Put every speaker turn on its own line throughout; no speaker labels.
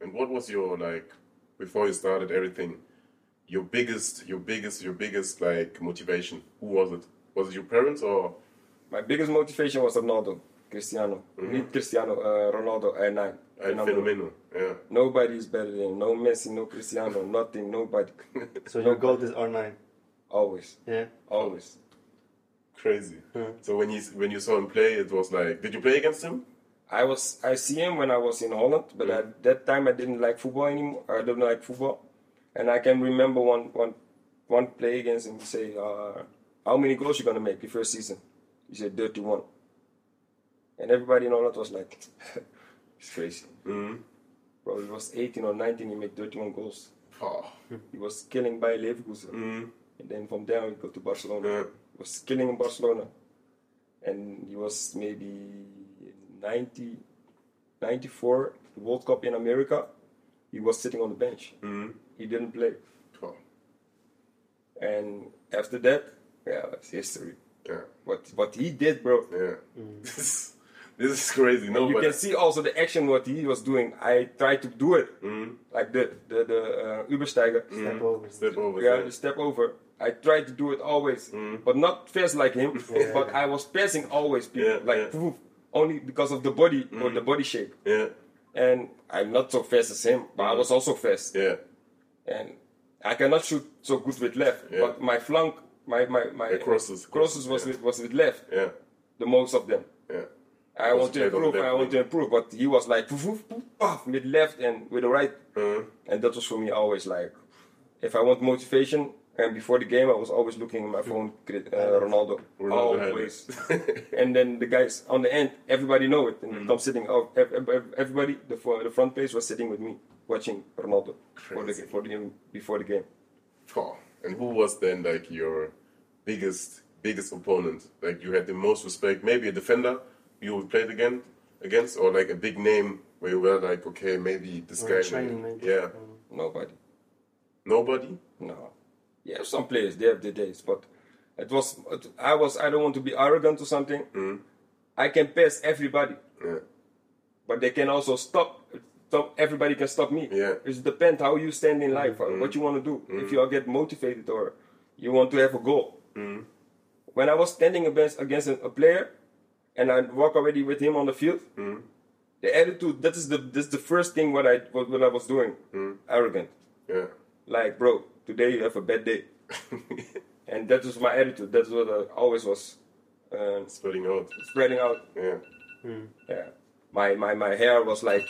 And what was your like before you started everything? Your biggest, your biggest, your biggest like motivation. Who was it? Was it your parents or
My biggest motivation was Ronaldo, Cristiano. Niet Cristiano, uh, Ronaldo, R9.
El Fenomeno? Yeah.
Nobody is better than him. No Messi, no Cristiano, nothing, nobody.
So your goal is R9.
Always,
Yeah.
always.
Crazy. So when you when you saw him play, it was like, did you play against him?
I was I see him when I was in Holland, but at that time I didn't like football anymore. I didn't like football, and I can remember one one one play against him. He say, uh, "How many goals you gonna make the first season?" He said, "31." And everybody in Holland was like, "It's crazy." Mm-hmm. Bro, he was 18 or 19. He made 31 goals.
Oh,
He was killing by Leverkusen,
Mm-hmm.
and then from there he go to Barcelona.
Mm. Yeah.
He was killing in Barcelona, and he was maybe 90, 94 the World Cup in America. He was sitting on the bench.
Mm. Mm-hmm.
He didn't play,
oh,
and after that, yeah, it's history.
yeah,
What what he did, bro.
yeah. this is crazy. No,
Mm. You
but
can see also the action what he was doing. I tried to do it
Mm.
like the the the uh, Übersteiger.
Step over.
Mm-hmm. step over.
Yeah,
yeah. Mm-hmm.
the step over. I tried to do it always, but not fast like him. But I was passing always, people,
Yeah,
like
yeah. Mm-hmm.
proof, only because of the body or the body shape.
yeah,
And I'm not so fast as him, but I was also fast.
Mm-hmm. yeah.
And I cannot shoot so good with left,
Yeah.
but my flank, my my my
The crosses,
crosses was
yeah.
with was with left,
Yeah,
the most of them.
yeah.
I
Was
want to
played on
improve,
left
I want to improve, but he was like poof, poof, poof, poof, with left and with the right, and that was for me always like, if I want motivation, and before the game I was always looking at my phone, cri- uh, Ronaldo,
Ronaldo had
always,
it.
and then the guys on the end, everybody know it, and
Mm-hmm.
they come sitting, oh, ev- ev- ev- everybody, the, fo- the front page was sitting with me watching Ronaldo for the,
Crazy.
for the before the game.
Oh, And who was then like your biggest biggest opponent? Like you had the most respect, maybe a defender you played again against, or like a big name where you were like, okay, maybe this
Or
guy.
in training, maybe.
Yeah.
Nobody.
Nobody.
No. Yeah,
Mm.
some players they have their days, but it was it- I was I don't want to be arrogant or something.
Mm-hmm.
I can pass everybody,
Yeah.
but they can also stop. Stop everybody can stop me.
Yeah.
it depends how you stand in life, uh, what you want to do. If you all get motivated or you want to have a goal. When I was standing against against a, a player, and I walk already with him on the field. The attitude that is the that's the first thing what I what, what I was doing arrogant
Yeah.
like bro today you have a bad day and that was my attitude that's what i always was um,
Spreading out.
spreading out
Yeah.
yeah my my, my hair was like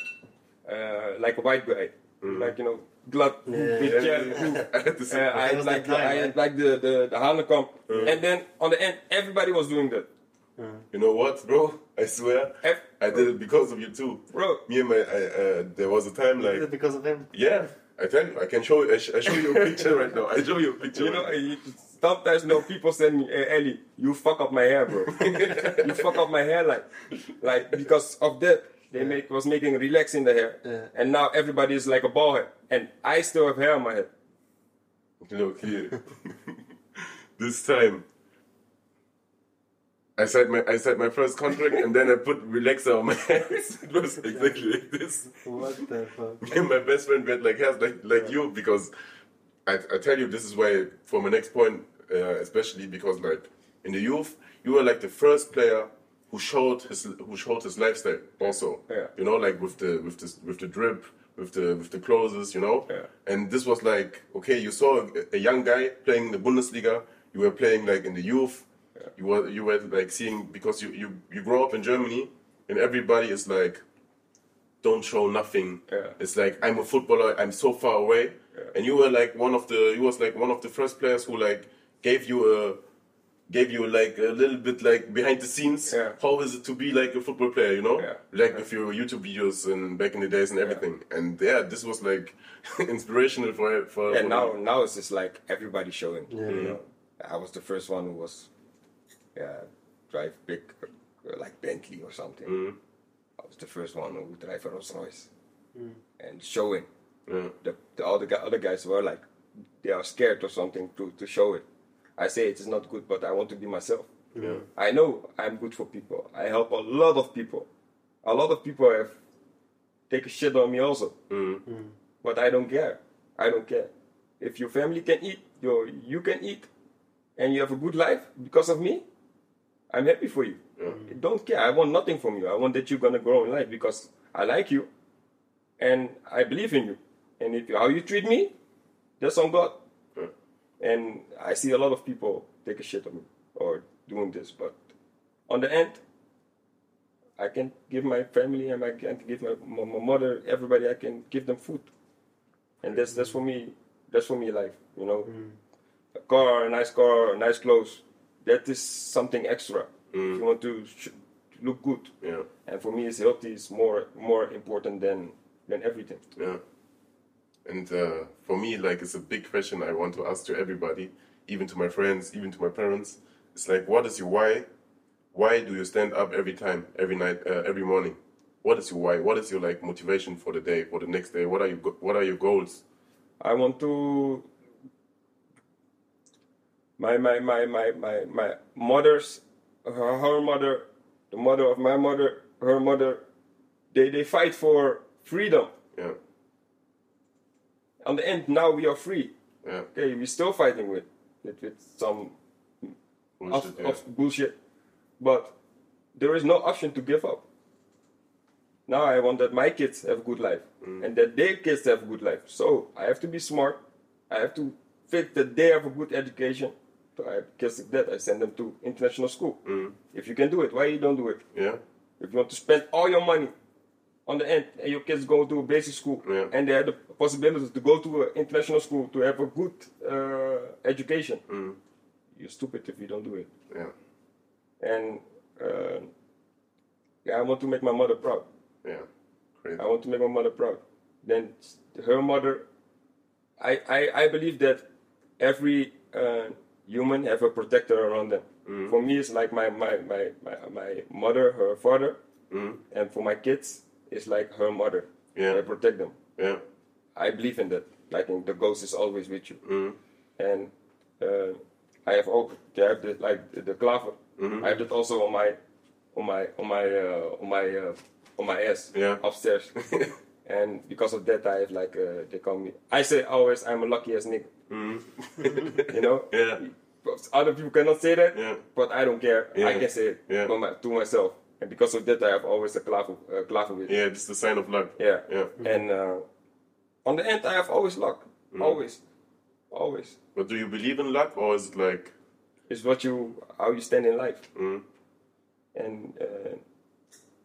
uh, like a white guy like you know glut with gel.
I had to
Uh,
say,
I
That
had
was
like
the time,
I had
right?
like the the, the Hanekamp. and then on the end everybody was doing that
you know what, bro? I swear,
F-
I did it because of you too,
Bro.
Me and my, I, uh, there was a time
Is it
like,
because of him?
yeah, I tell you, I can show, you- I, sh- I show you a picture right now. I show you a picture.
you know
right
you, sometimes you know people send me hey, Ellie you fuck up my hair bro you fuck up my hair like like because of that they make was making relax in the hair
Yeah.
and now everybody is like a ball head and I still have hair on my head
Look here. this time, I signed my I signed my first contract, and then I put relaxer on my hands. it was exactly like this.
What the fuck?
Me and my best friend we had like hairs like like you because I, I tell you this is why for my next point uh, especially because like in the youth you were like the first player who showed his who showed his lifestyle also
Yeah.
you know like with the with this with the drip with the with the clothes you know
Yeah.
and this was like okay you saw a, a young guy playing in the Bundesliga you were playing like in the youth you were you were like seeing because you you you grow up in Germany and everybody is like don't show nothing.
Yeah.
It's like I'm a footballer. I'm so far away, and you were like one of the. You was like one of the first players who like gave you a, gave you like a little bit like behind the scenes.
Yeah.
How is it to be like a football player? You know,
Yeah.
like with your YouTube videos and back in the days and everything. And yeah, this was like inspirational for for.
and
for
now now it's just like everybody showing you
Yeah.
know I was the first one who was yeah drive big uh, like Bentley or something
Mm-hmm.
I was the first one who drive a Rolls Royce and showing
Yeah.
the, the other guy, other guys were like they are scared or something to, to show it. I say it is not good, but I want to be myself. I know I'm good for people. I help a lot of people. A lot of people have take a shit on me also.
Mm-hmm.
But I don't care. I don't care. If your family can eat, your you can eat, and you have a good life because of me, I'm happy for you. I don't care. I want nothing from you. I want that you're gonna grow in life because I like you, and I believe in you. And if how you treat me, that's on God. And I see a lot of people take a shit on me or doing this, but on the end, I can give my family and I can give my, my, my mother, everybody, I can give them food. And that's, that's for me, that's for me life, you know. A car, a nice car, nice clothes, that is something extra. If you want to sh- look good.
Yeah.
And for me, it's healthy is more, more important than, than everything.
Yeah. And uh, for me, like, it's a big question I want to ask to everybody, even to my friends, even to my parents. It's like, what is your why? Why do you stand up every time, every night, uh, every morning? What is your why? What is your like motivation for the day, for the next day? What are you? Go- what are your goals?
I want to. My my my my my my mother's, her, her mother, the mother of my mother, her mother, they they fight for freedom.
Yeah,
On the end, now we are free.
yeah.
Okay, we're still fighting with with, with some
Bullshit,
of,
yeah.
of bullshit, but there is no option to give up. Now I want that my kids have good life
Mm.
and that their kids have good life. So I have to be smart. I have to fit that they have a good education. So I have kids like that. I send them to international school.
Mm.
If you can do it, why you don't do it?
yeah,
If you want to spend all your money on the end and your kids go to a basic school
Yeah.
and they had the possibility to go to an international school to have a good uh, education, you're stupid if you don't do it.
yeah,
And uh, yeah, I want to make my mother proud.
yeah. Crazy.
I want to make my mother proud. Then her mother, I, I, I believe that every uh, human have a protector around them.
Mm.
For me, it's like my, my, my, my, my mother, her father, and for my kids, it's like her mother.
Mm. Yeah.
I protect them.
Yeah,
I believe in that. Like in the ghost is always with you.
Mm-hmm.
And uh, I have ook, I have the, like the, the claver.
Mm-hmm.
I have that also on my, on my, on my, uh, on my, uh, on my ass
Yeah.
upstairs. and because of that, I have like uh, they call me. I say always I'm a lucky ass nigga. you know.
Yeah.
Other people cannot say that,
Yeah.
but I don't care.
Yeah.
I can say it
Yeah.
by my- to myself. And because of that, I have always a claver, uh, claver with.
yeah. This is the sign of luck.
Yeah.
yeah.
And uh, on the end, I have always luck.
Mm.
Always. Always.
But do you believe in luck, or is it like, mm?
It's what you, how you stand in life. And uh,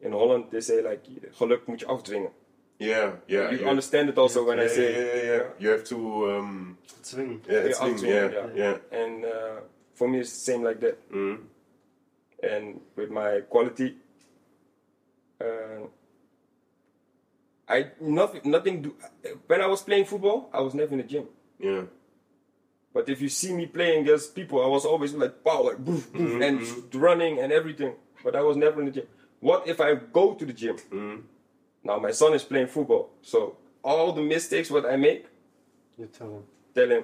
in Holland, they say like, geluk moet je afdwingen.
yeah, yeah,
You
yeah.
understand it also when I
yeah,
say,
yeah, yeah, yeah. You have to, um,
Zwingen.
yeah, it's
Yeah,
thing,
after,
yeah,
yeah.
yeah,
and uh, for me, it's the same like that. And with my quality, uh, I nothing, nothing. Do, when I was playing football, I was never in the gym.
yeah.
But if you see me playing against people, I was always like power, boof, boof, and running and everything. But I was never in the gym. What if I go to the gym? Now my son is playing football, so all the mistakes what I make,
You tell him.
tell him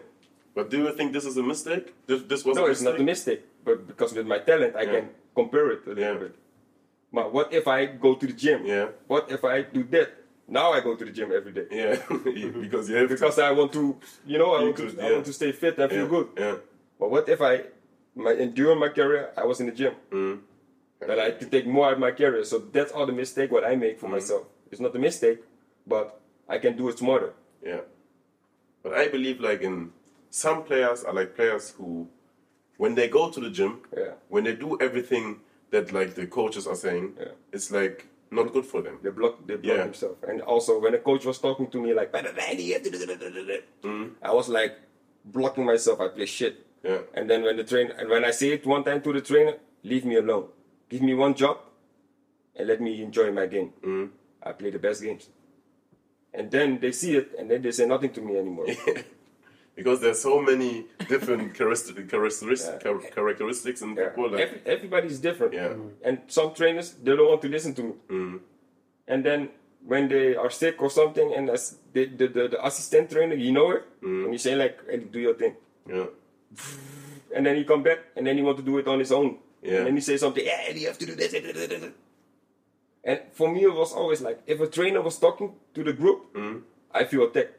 But do you think this is a mistake? This, this was
no,
a
it's
mistake?
not a mistake. But because with my talent, I
Yeah.
can compare it a little
Yeah.
bit. But what if I go to the gym?
Yeah.
What if I do that? Now I go to the gym every day
Yeah, because you have
Mm-hmm.
to.
because I want to, you know, I
You
want
could,
to, I
yeah.
want to stay fit and
yeah,
feel good.
Yeah,
But what if I, my and during my career, I was in the gym,
mm-hmm,
and I could take more out of my career. So that's all the mistake what I make for
Mm.
myself. It's not a mistake, but I can do it smarter.
yeah. But I believe like in some players are like players who, when they go to the gym,
Yeah.
when they do everything that like the coaches are saying,
Yeah.
it's like not good for them.
They block, they block
Yeah.
themselves. And also, when the coach was talking to me, like, "Bah, bah, bah, yeah, duh, duh, duh, duh, duh, duh," I was like blocking myself. I play shit.
Mm-hmm. Yeah.
And then when the train, and when I say it one time to the trainer, leave me alone. Give me one job, and let me enjoy my game.
Mm-hmm.
I play the best games. And then they see it, and then they say nothing to me anymore.
Because there's so many different characteristic,
Yeah.
characteristic, char- characteristics in
Yeah.
football. Like,
Every, Mm-hmm. everybody's different.
Yeah. Mm.
And some trainers, they don't want to listen to me.
Mm-hmm.
And then when they are sick or something, and as the, the, the, the assistant trainer, you know it,
Mm-hmm.
and you say like, hey, do your thing.
yeah,
And then he come back, and then he want to do it on his own.
Yeah.
And then he say something, yeah, you have to do this. And And for me, it was always like if a trainer was talking to the group, I feel attacked.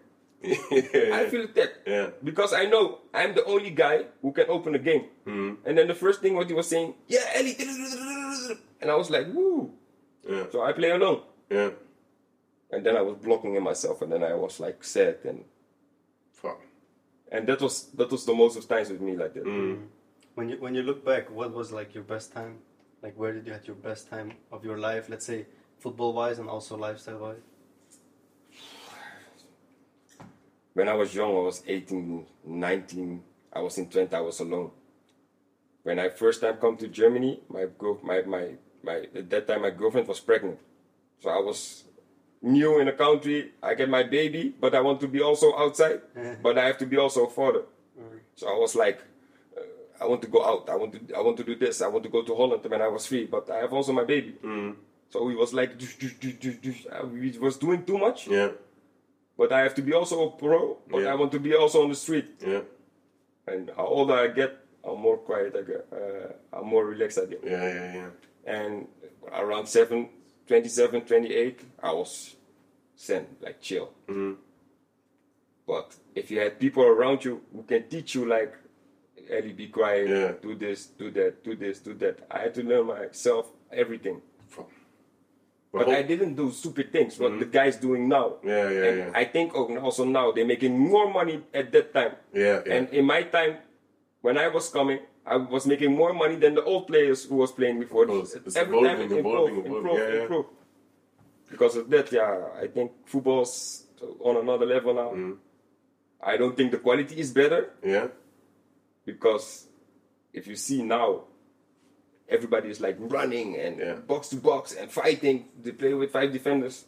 I feel attacked
Mm-hmm. Yeah.
because I know I'm the only guy who can open the game.
Mm-hmm.
And then the first thing what he was saying, yeah, Ellie, and I was like, woo.
yeah,
So I play alone,
yeah.
and then I was blocking it myself, and then I was like sad, and
Fuck.
and that was that was the most of times with me like that.
When you when you look back, what was like your best time? Like where did you had your best time of your life? Let's say football wise and also lifestyle wise.
When I was young, I was 18, 19. I was in Twente. I was alone. When I first time come to Germany, my girl, my, my my at that time my girlfriend was pregnant, so I was new in the country. I get my baby, but I want to be also outside. but I have to be also a father. So I was like, uh, I want to go out. I want to I want to do this. I want to go to Holland when I was free, but I have also my baby.
Mm.
So we was like, "Dush, dush, dush, dush, dush." Uh, we was doing too much
Yeah,
but I have to be also a pro, but I
Yeah.
want to be also on the street.
yeah,
And how older I get, how more quiet I get, uh, how more relaxed I get.
yeah, yeah, yeah.
And around 7, 27, 28, I was zen, like chill.
Mm,
But if you had people around you who can teach you, like, Ellie, be quiet,
Yeah.
do this, do that, do this, do that. I had to learn myself everything.
Fuck.
But
how-
I didn't do stupid things, what the guy's doing now.
Oh. Mm-hmm. Yeah, yeah,
and
yeah.
I think al- also now they're making more money at that time.
Yeah, yeah.
And in my time, when I was coming, I was making more money than the old players who was playing before.
Of course, it's
Every
evolving,
time it
evolving,
improved,
evolving,
improved,
yeah, yeah.
improved. Because of that, yeah, I think football's on another level now.
Mm-hmm.
I don't think the quality is better
yeah,
because if you see now, everybody is like running and
Yeah.
box to box and fighting. They play with five defenders,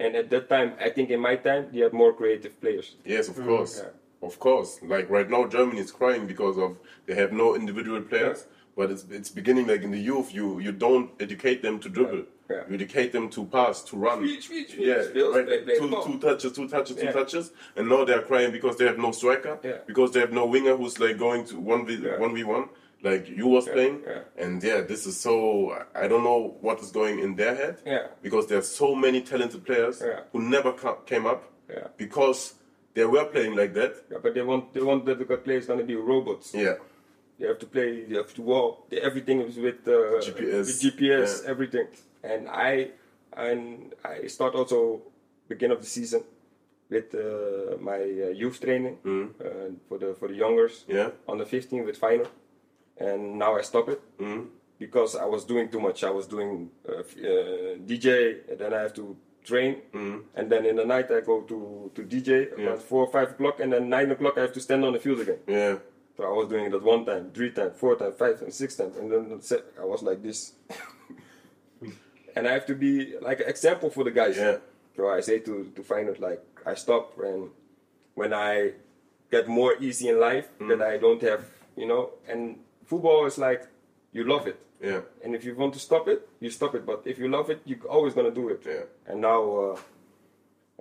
and at that time, I think in my time, they had more creative players.
yes, of course,
Hmm. yeah.
of course. Like right now, Germany is crying because of they have no individual players. But it's it's beginning like in the youth. You you don't educate them to dribble.
Yeah, yeah.
You educate them to pass, to run.
Reach, reach, reach,
Yeah,
feels
right.
like they
two,
pop.
two touches, two touches, two
Yeah.
touches, and now they are crying because they have no striker,
Yeah.
because they have no winger who's like going to one v
Yeah.
one v one, like you was playing,
yeah.
and yeah, this is so I- I don't know what is going in their head,
Yeah.
because there are so many talented players
Yeah.
who never ca- came up,
Yeah.
because they were playing like that,
Yeah, but they want they want that the players gonna be robots.
yeah,
They have to play, they have to walk. They, everything is with uh,
GPS,
with GPS,
yeah.
everything. And I and I start also beginning of the season with uh, my uh, youth training uh, for the for the youngers.
Mm-hmm. yeah,
on the 15th with final, and now I stop it
Mm-hmm.
because I was doing too much. I was doing uh, f- uh, DJ, and then I have to train,
Mm-hmm.
and then in the night I go to to DJ about four or five o'clock, and then nine o'clock I have to stand on the field again.
yeah,
So I was doing that one time, three times, four times, five times, six times, and then the se- I was like this. and I have to be like an example for the guys.
Yeah.
So I say to to find it like I stop and when I get more easy in life that I don't have, you know. And football is like you love it,
yeah,
and if you want to stop it, you stop it. But if you love it, you're always gonna do it.
Yeah.
And now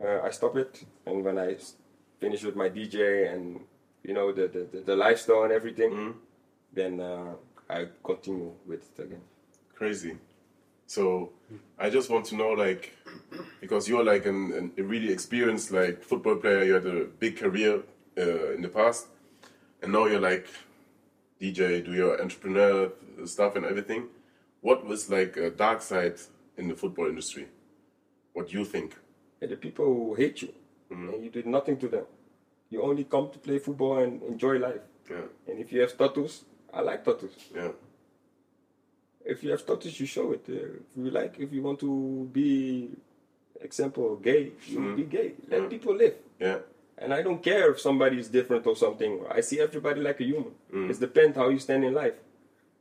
uh, uh, I stop it, and when I s- finish with my DJ and you know the the, the, the lifestyle and everything, then uh, I continue with it again.
crazy. So I just want to know, like, because you're like an, an, a really experienced like football player. You had a big career uh, in the past, and now you're like DJ, do your entrepreneur stuff and everything. What was like a dark side in the football industry? What you think?
And the people who hate you, and you did nothing to them. You only come to play football and enjoy life.
Yeah,
And if you have tattoos, I like tattoos.
yeah,
if you have tattoos, you show it. Uh, if you like, if you want to be, example, gay, you be gay. Let people live.
yeah,
And I don't care if somebody is different or something. I see everybody like a human. It depends how you stand in life.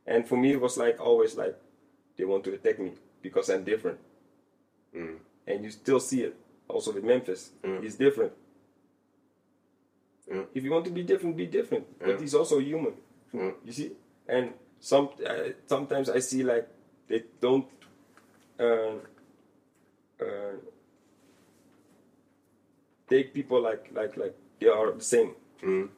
And for me, it was like always like they want to attack me because I'm different.
Mm.
And you still see it also with Memphis. He's different.
Yeah.
If you want to be different, be different.
Yeah.
But he's also human. You see. And some uh, sometimes I see like they don't. Uh, uh, take people like like like they are the same.
Mm.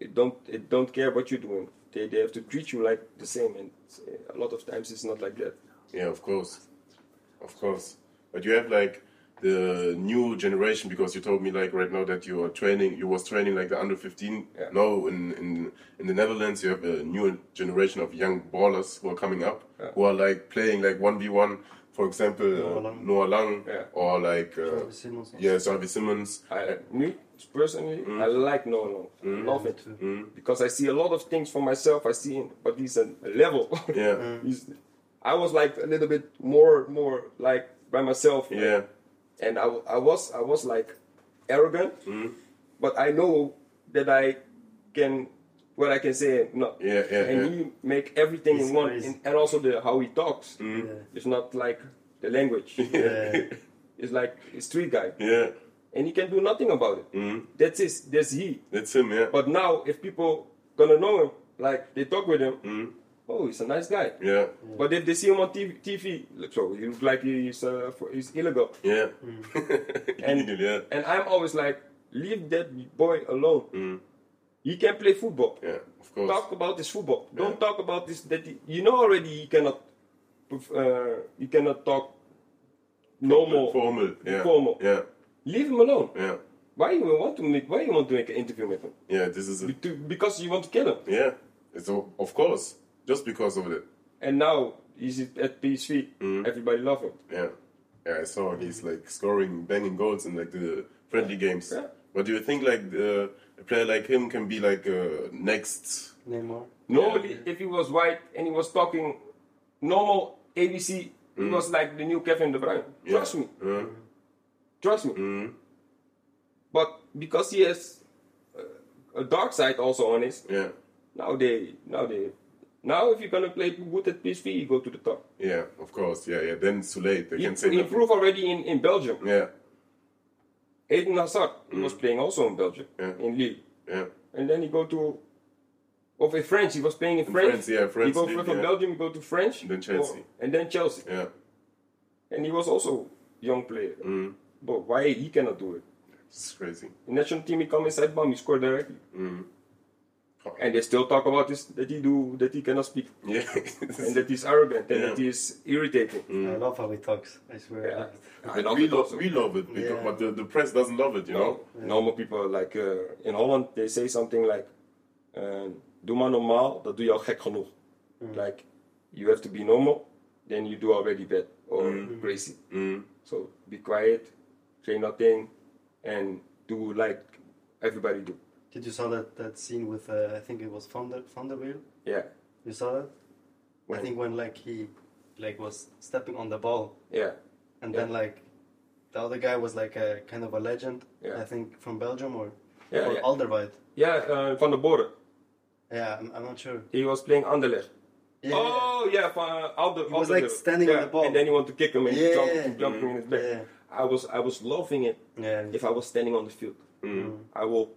It don't it don't care what you're doing. They they have to treat you like the same, and uh, a lot of times it's not like that.
yeah. Of course. Of course. But you have like the new generation because you told me like right now that you are training you was training like the under 15
Yeah.
now in, in in the netherlands you have a new generation of young ballers who are coming up who are like playing like 1v1 for example
Noah
uh,
Lang.
noah lang
Yeah.
or like uh,
Xavi Simons also.
yeah Xavi simmons
I, me personally, I like Noah Long.
Mm.
I love it because I see a lot of things for myself. I see, in, but he's a level.
yeah
He's- I was like a little bit more, more like by myself. like,
Mm.
yeah
and I, w- I was I was like arrogant,
Mm.
but I know that I can what I can say no.
Yeah, yeah,
and
yeah.
he make everything
He's
in one,
crazy.
in, and also the how he talks.
Mm.
Yeah.
It's not like the language.
Yeah.
it's like a street guy,
yeah Mm.
and he can do nothing about it. That's his. That's he.
that's him yeah
But now, if people gonna know him, like they talk with him,
Mm.
oh, he's a nice guy.
yeah
But if they see him on TV, TV look, so he look like he's uh, for- he's illegal.
yeah
Mm.
And-
yeah
And I'm always like, leave that boy alone. He can play football.
yeah Mm. of course
Talk about this football. Don't talk about this. That he, you know already. He cannot. perf- Uh, he cannot talk. No more.
formal yeah
Formal.
yeah
Leave him alone.
yeah
Why you want to make? Why you want to make an interview with him?
yeah this is it
Be- to- Because you want to kill him.
Yeah, it's o- of course just because of it.
And now he's at PSV.
Mm.
Everybody love him.
Yeah, yeah. I saw he's like scoring banging goals in like the friendly games.
Yeah.
But do you think like the, a player like him can be like uh, next?
Neymar.
Normally, if he was white and he was talking normal ABC, he was like the new Kevin De Bruyne. Trust me.
Mm. Yeah. Mm.
Trust me.
Mm-hmm.
But because he has uh, a dark side also on his,
Yeah,
now they, now they, now if you're gonna play good at PSV, you go to the top.
yeah. Of course. Yeah, yeah. Then it's too late. They
He,
can say
he
nothing.
improved already in, in Belgium.
Yeah,
Aiden Hazard he was playing also in Belgium
Mm. Yeah.
in Lille,
yeah,
and then he go to. Of in French, he was playing in,
France, yeah, France
He go
League,
from
yeah.
Belgium, he go to French,
Then Chelsea.
or- and then Chelsea.
yeah.
And he was also young player.
Mm.
But why he cannot do it?
It's mm-hmm. crazy. mm-hmm.
The national team, he come inside bomb, he score directly.
Oh.
And they still talk about this that he do that he cannot speak
Yeah,
and that he's arrogant and
Yeah.
that he's irritating.
I love how he talks. I swear.
Yeah. I
But
love
we
it
love
also.
we love it, because,
Yeah.
but the, the press doesn't love it. You know.
No, normal people like uh, in Holland they say something like, uh, "Doe maar normaal, dat doe je al gek genoeg."
Mm.
Like you have to be normal, then you do already bad or crazy.
Mm-hmm.
So be quiet, say nothing, and do like everybody do.
Did you saw that, that scene with uh, I think it was Van der, Van der Weel?
Yeah,
You saw that? I
When?
think when like he like was stepping on the ball
yeah,
and
Yeah.
then like the other guy was like a kind of a legend.
Yeah.
I think from Belgium or
Yeah,
or
yeah.
Alderweireld.
yeah. Uh, Van der Boren,
Yeah, I'm, I'm not sure.
he was playing Anderlecht.
Yeah,
Oh yeah, for, uh, all the
He
all
was,
the
like,
little-
standing
yeah,
on the ball.
and then he wanted to kick him and
Yeah.
jump, jump him in his back.
Yeah.
I was I was loving it.
Yeah.
If I was standing on the field, I will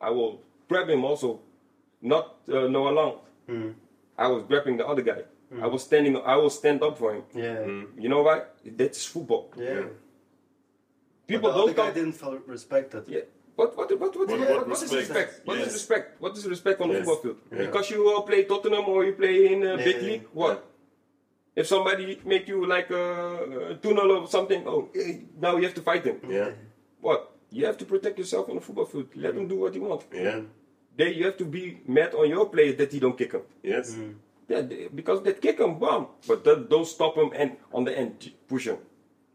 I will grab him also, not uh, Noah Long. I was grabbing the other guy. I was standing. I will stand up for him.
yeah, yeah.
You know why? That's football.
yeah.
Yeah.
People
but the other
don't
guy
talk.
didn't feel respected.
Yeah. What what what what,
What-
what,
what
what is
respect?
respect? What is
Yes.
respect? What is respect on the
Yes.
football field?
Yeah.
Because you uh, play Tottenham or you play in uh,
Yeah,
big
yeah,
league, what? If somebody make you like uh, a, a tunnel or something, oh, eh, now you have to fight him.
Yeah,
What? You have to protect yourself on the football field. Let him do what he wants.
yeah.
Then you have to be mad on your player that he don't kick him.
Yes.
Mm. Yeah, they- because that kick him, bomb. But that, don't stop him and on the end push him.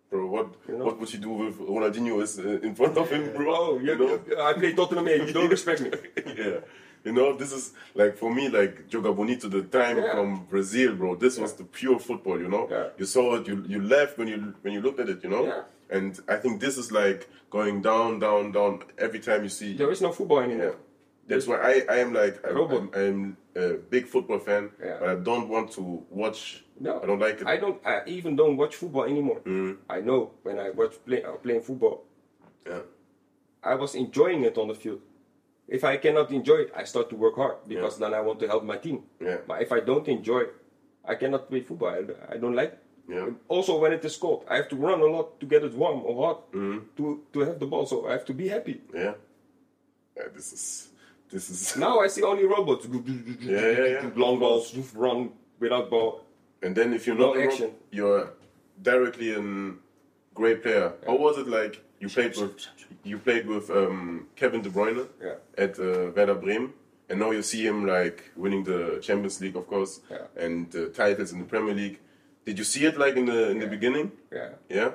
Bro, what
know?
what would you do with Ronaldinho is uh, in front of him, bro?
Oh, you,
know?
you- I play Tottenham and you don't respect me.
yeah. You know, this is like for me, like Joga Bonito, the time
Yeah.
from Brazil, bro. This was the pure football, you know.
Yeah.
You saw it, you you laughed when you when you looked at it, you know.
Yeah.
And I think this is like going down, down, down every time you see.
There is no football
Yeah.
anymore.
That's why I, I am like I'm,
Robot.
I'm, I'm a big football fan,
Yeah.
but I don't want to watch.
No,
I don't like it.
I don't. I even don't watch football anymore. I know when I watch play, uh, playing football,
yeah.
I was enjoying it on the field. If I cannot enjoy it, I start to work hard because then I want to help my team.
Yeah.
But if I don't enjoy, it, I cannot play football. I, I don't like. it.
Yeah.
Also, when it is cold, I have to run a lot to get it warm or hot
Mm-hmm.
to to have the ball. So I have to be happy.
Yeah. Yeah. This is this is.
Now I see only robots.
yeah, yeah.
Long balls, run without ball.
And then if you're
No
not a rob-
action.
you're directly a great player. How was it like? You played with you played with um, Kevin De Bruyne
Yeah.
at uh, Werder Bremen, and now you see him like winning the Champions League, of course,
Yeah.
and uh, titles in the Premier League. Did you see it like in the in the beginning?
Yeah.
Yeah.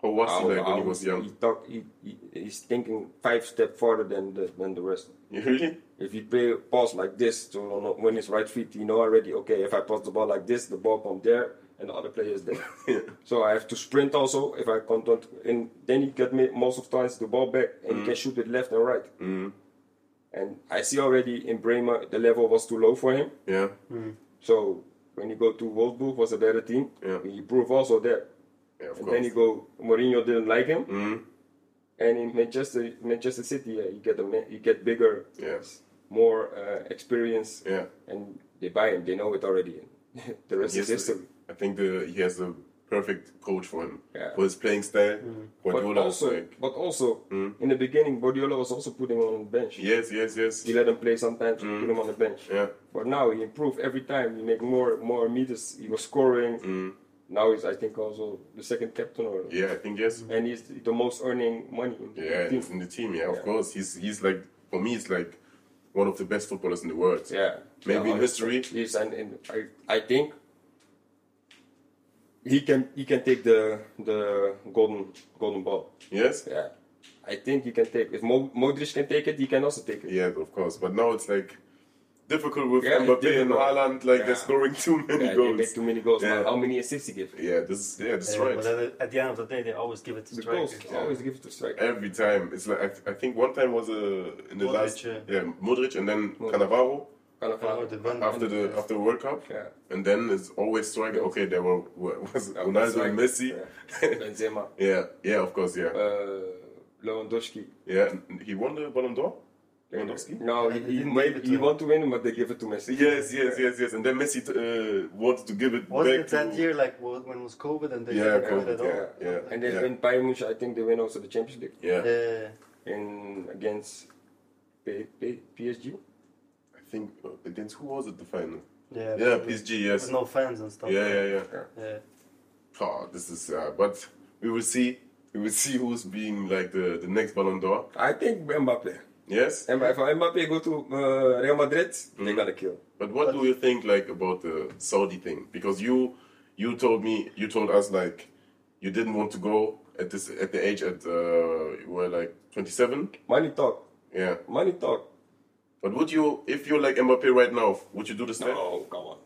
How was
How-
it like when
how
he was young?
He talk, he, he, he's thinking five step further than the, than the rest.
Really?
If you play pass like this to when his right feet, you know already. Okay, if I pass the ball like this, the ball comes there, and the other player is there.
Yeah.
So I have to sprint also if I contact, and then he get me most of times the ball back, and
Mm.
he can shoot it left and right. And I see already in Bremer the level was too low for him.
Yeah.
So when you go to Wolfsburg was a better team.
Yeah.
He proved also there.
Yeah, of
and
course. Mm. Hmm.
then you go Mourinho didn't like him. And in Manchester Manchester City yeah, you get a ma- you get bigger,
Yes.
more uh, experience.
Yeah.
And they buy him. They know it already. the rest is
Yes,
history.
I think the, he has the perfect coach for him.
Yeah. Hmm.
For his playing style,
But
Guardiola is
also,
like, hmm?
but also in the beginning, Guardiola was also putting him on the bench.
yes, Mm. yes, yes.
He let him play sometimes, put him on the bench.
Yeah.
But now he improved every time. He make more more meters. He was scoring. Now he's I think also the second captain or
Yeah, I think Mm. yes.
and he's the most earning money in the
Yeah,
team.
he's in the team. Yeah,
Yeah.
of course. He's he's like for me, he's like one of the best footballers in the world.
Yeah.
Maybe
Yeah,
in history.
Yes, and, and I, I think he can he can take the the golden golden ball.
Yes.
Yeah. I think he can take if Mo, Modric can take it, he can also take it.
Yeah, of course. But now it's like difficult with
Yeah, it's
Mbappe and
difficult.
Haaland. Like
Yeah.
they're scoring too many
Yeah, they
goals.
make too many goals.
Yeah.
But how many assists he give?
Yeah, this is yeah, this is
Yeah,
right.
But at, at the end of the day, they always give it to
The goals
strikers.
always give it to strike.
Every time, it's like I, th- I think one time was uh, in the
Modric,
last
yeah.
yeah Modric and then Cannavaro
Kind of
Oh, the one-
after the after the World Cup,
Yeah.
and then it's always striking. Okay, there were were- was
Yeah,
Ronaldo
strike.
and Messi.
Yeah. Benzema,
Yeah, yeah, of course, yeah,
uh, Lewandowski.
yeah. and He won the Ballon d'Or. Lewandowski.
No, he,
They
he,
didn't give
made,
it to
he
him.
want to win, but they give it to Messi.
Yes, yes, yes, yes. And then Messi t- uh, wanted to give it
Wasn't
back
it that
to
year like wa- when was COVID and they
Yeah,
didn't
COVID,
have it at all?
yeah, yeah.
And then
Yeah.
when Bayern Munich, I think they win also the Champions League
yeah.
Yeah.
in against P- P- PSG.
I think uh, against who was it the final?
Yeah.
Yeah,
with-
PSG. Yes.
With no fans and stuff.
Yeah, yeah, yeah.
Yeah.
Oh, this is uh, but we will see. We will see who's being like the, the next Ballon d'Or.
I think Mbappe.
Yes.
Mbappe if Mbappe go to uh, Real Madrid, they're gonna kill.
But what do you think like about the Saudi thing? Because you you told me you told us like you didn't want to go at this at the age at uh, you were like 27.
Money talk,
Yeah.
money talk.
But would you if you're like Mbappe right now? Would you do the step?
Oh come on.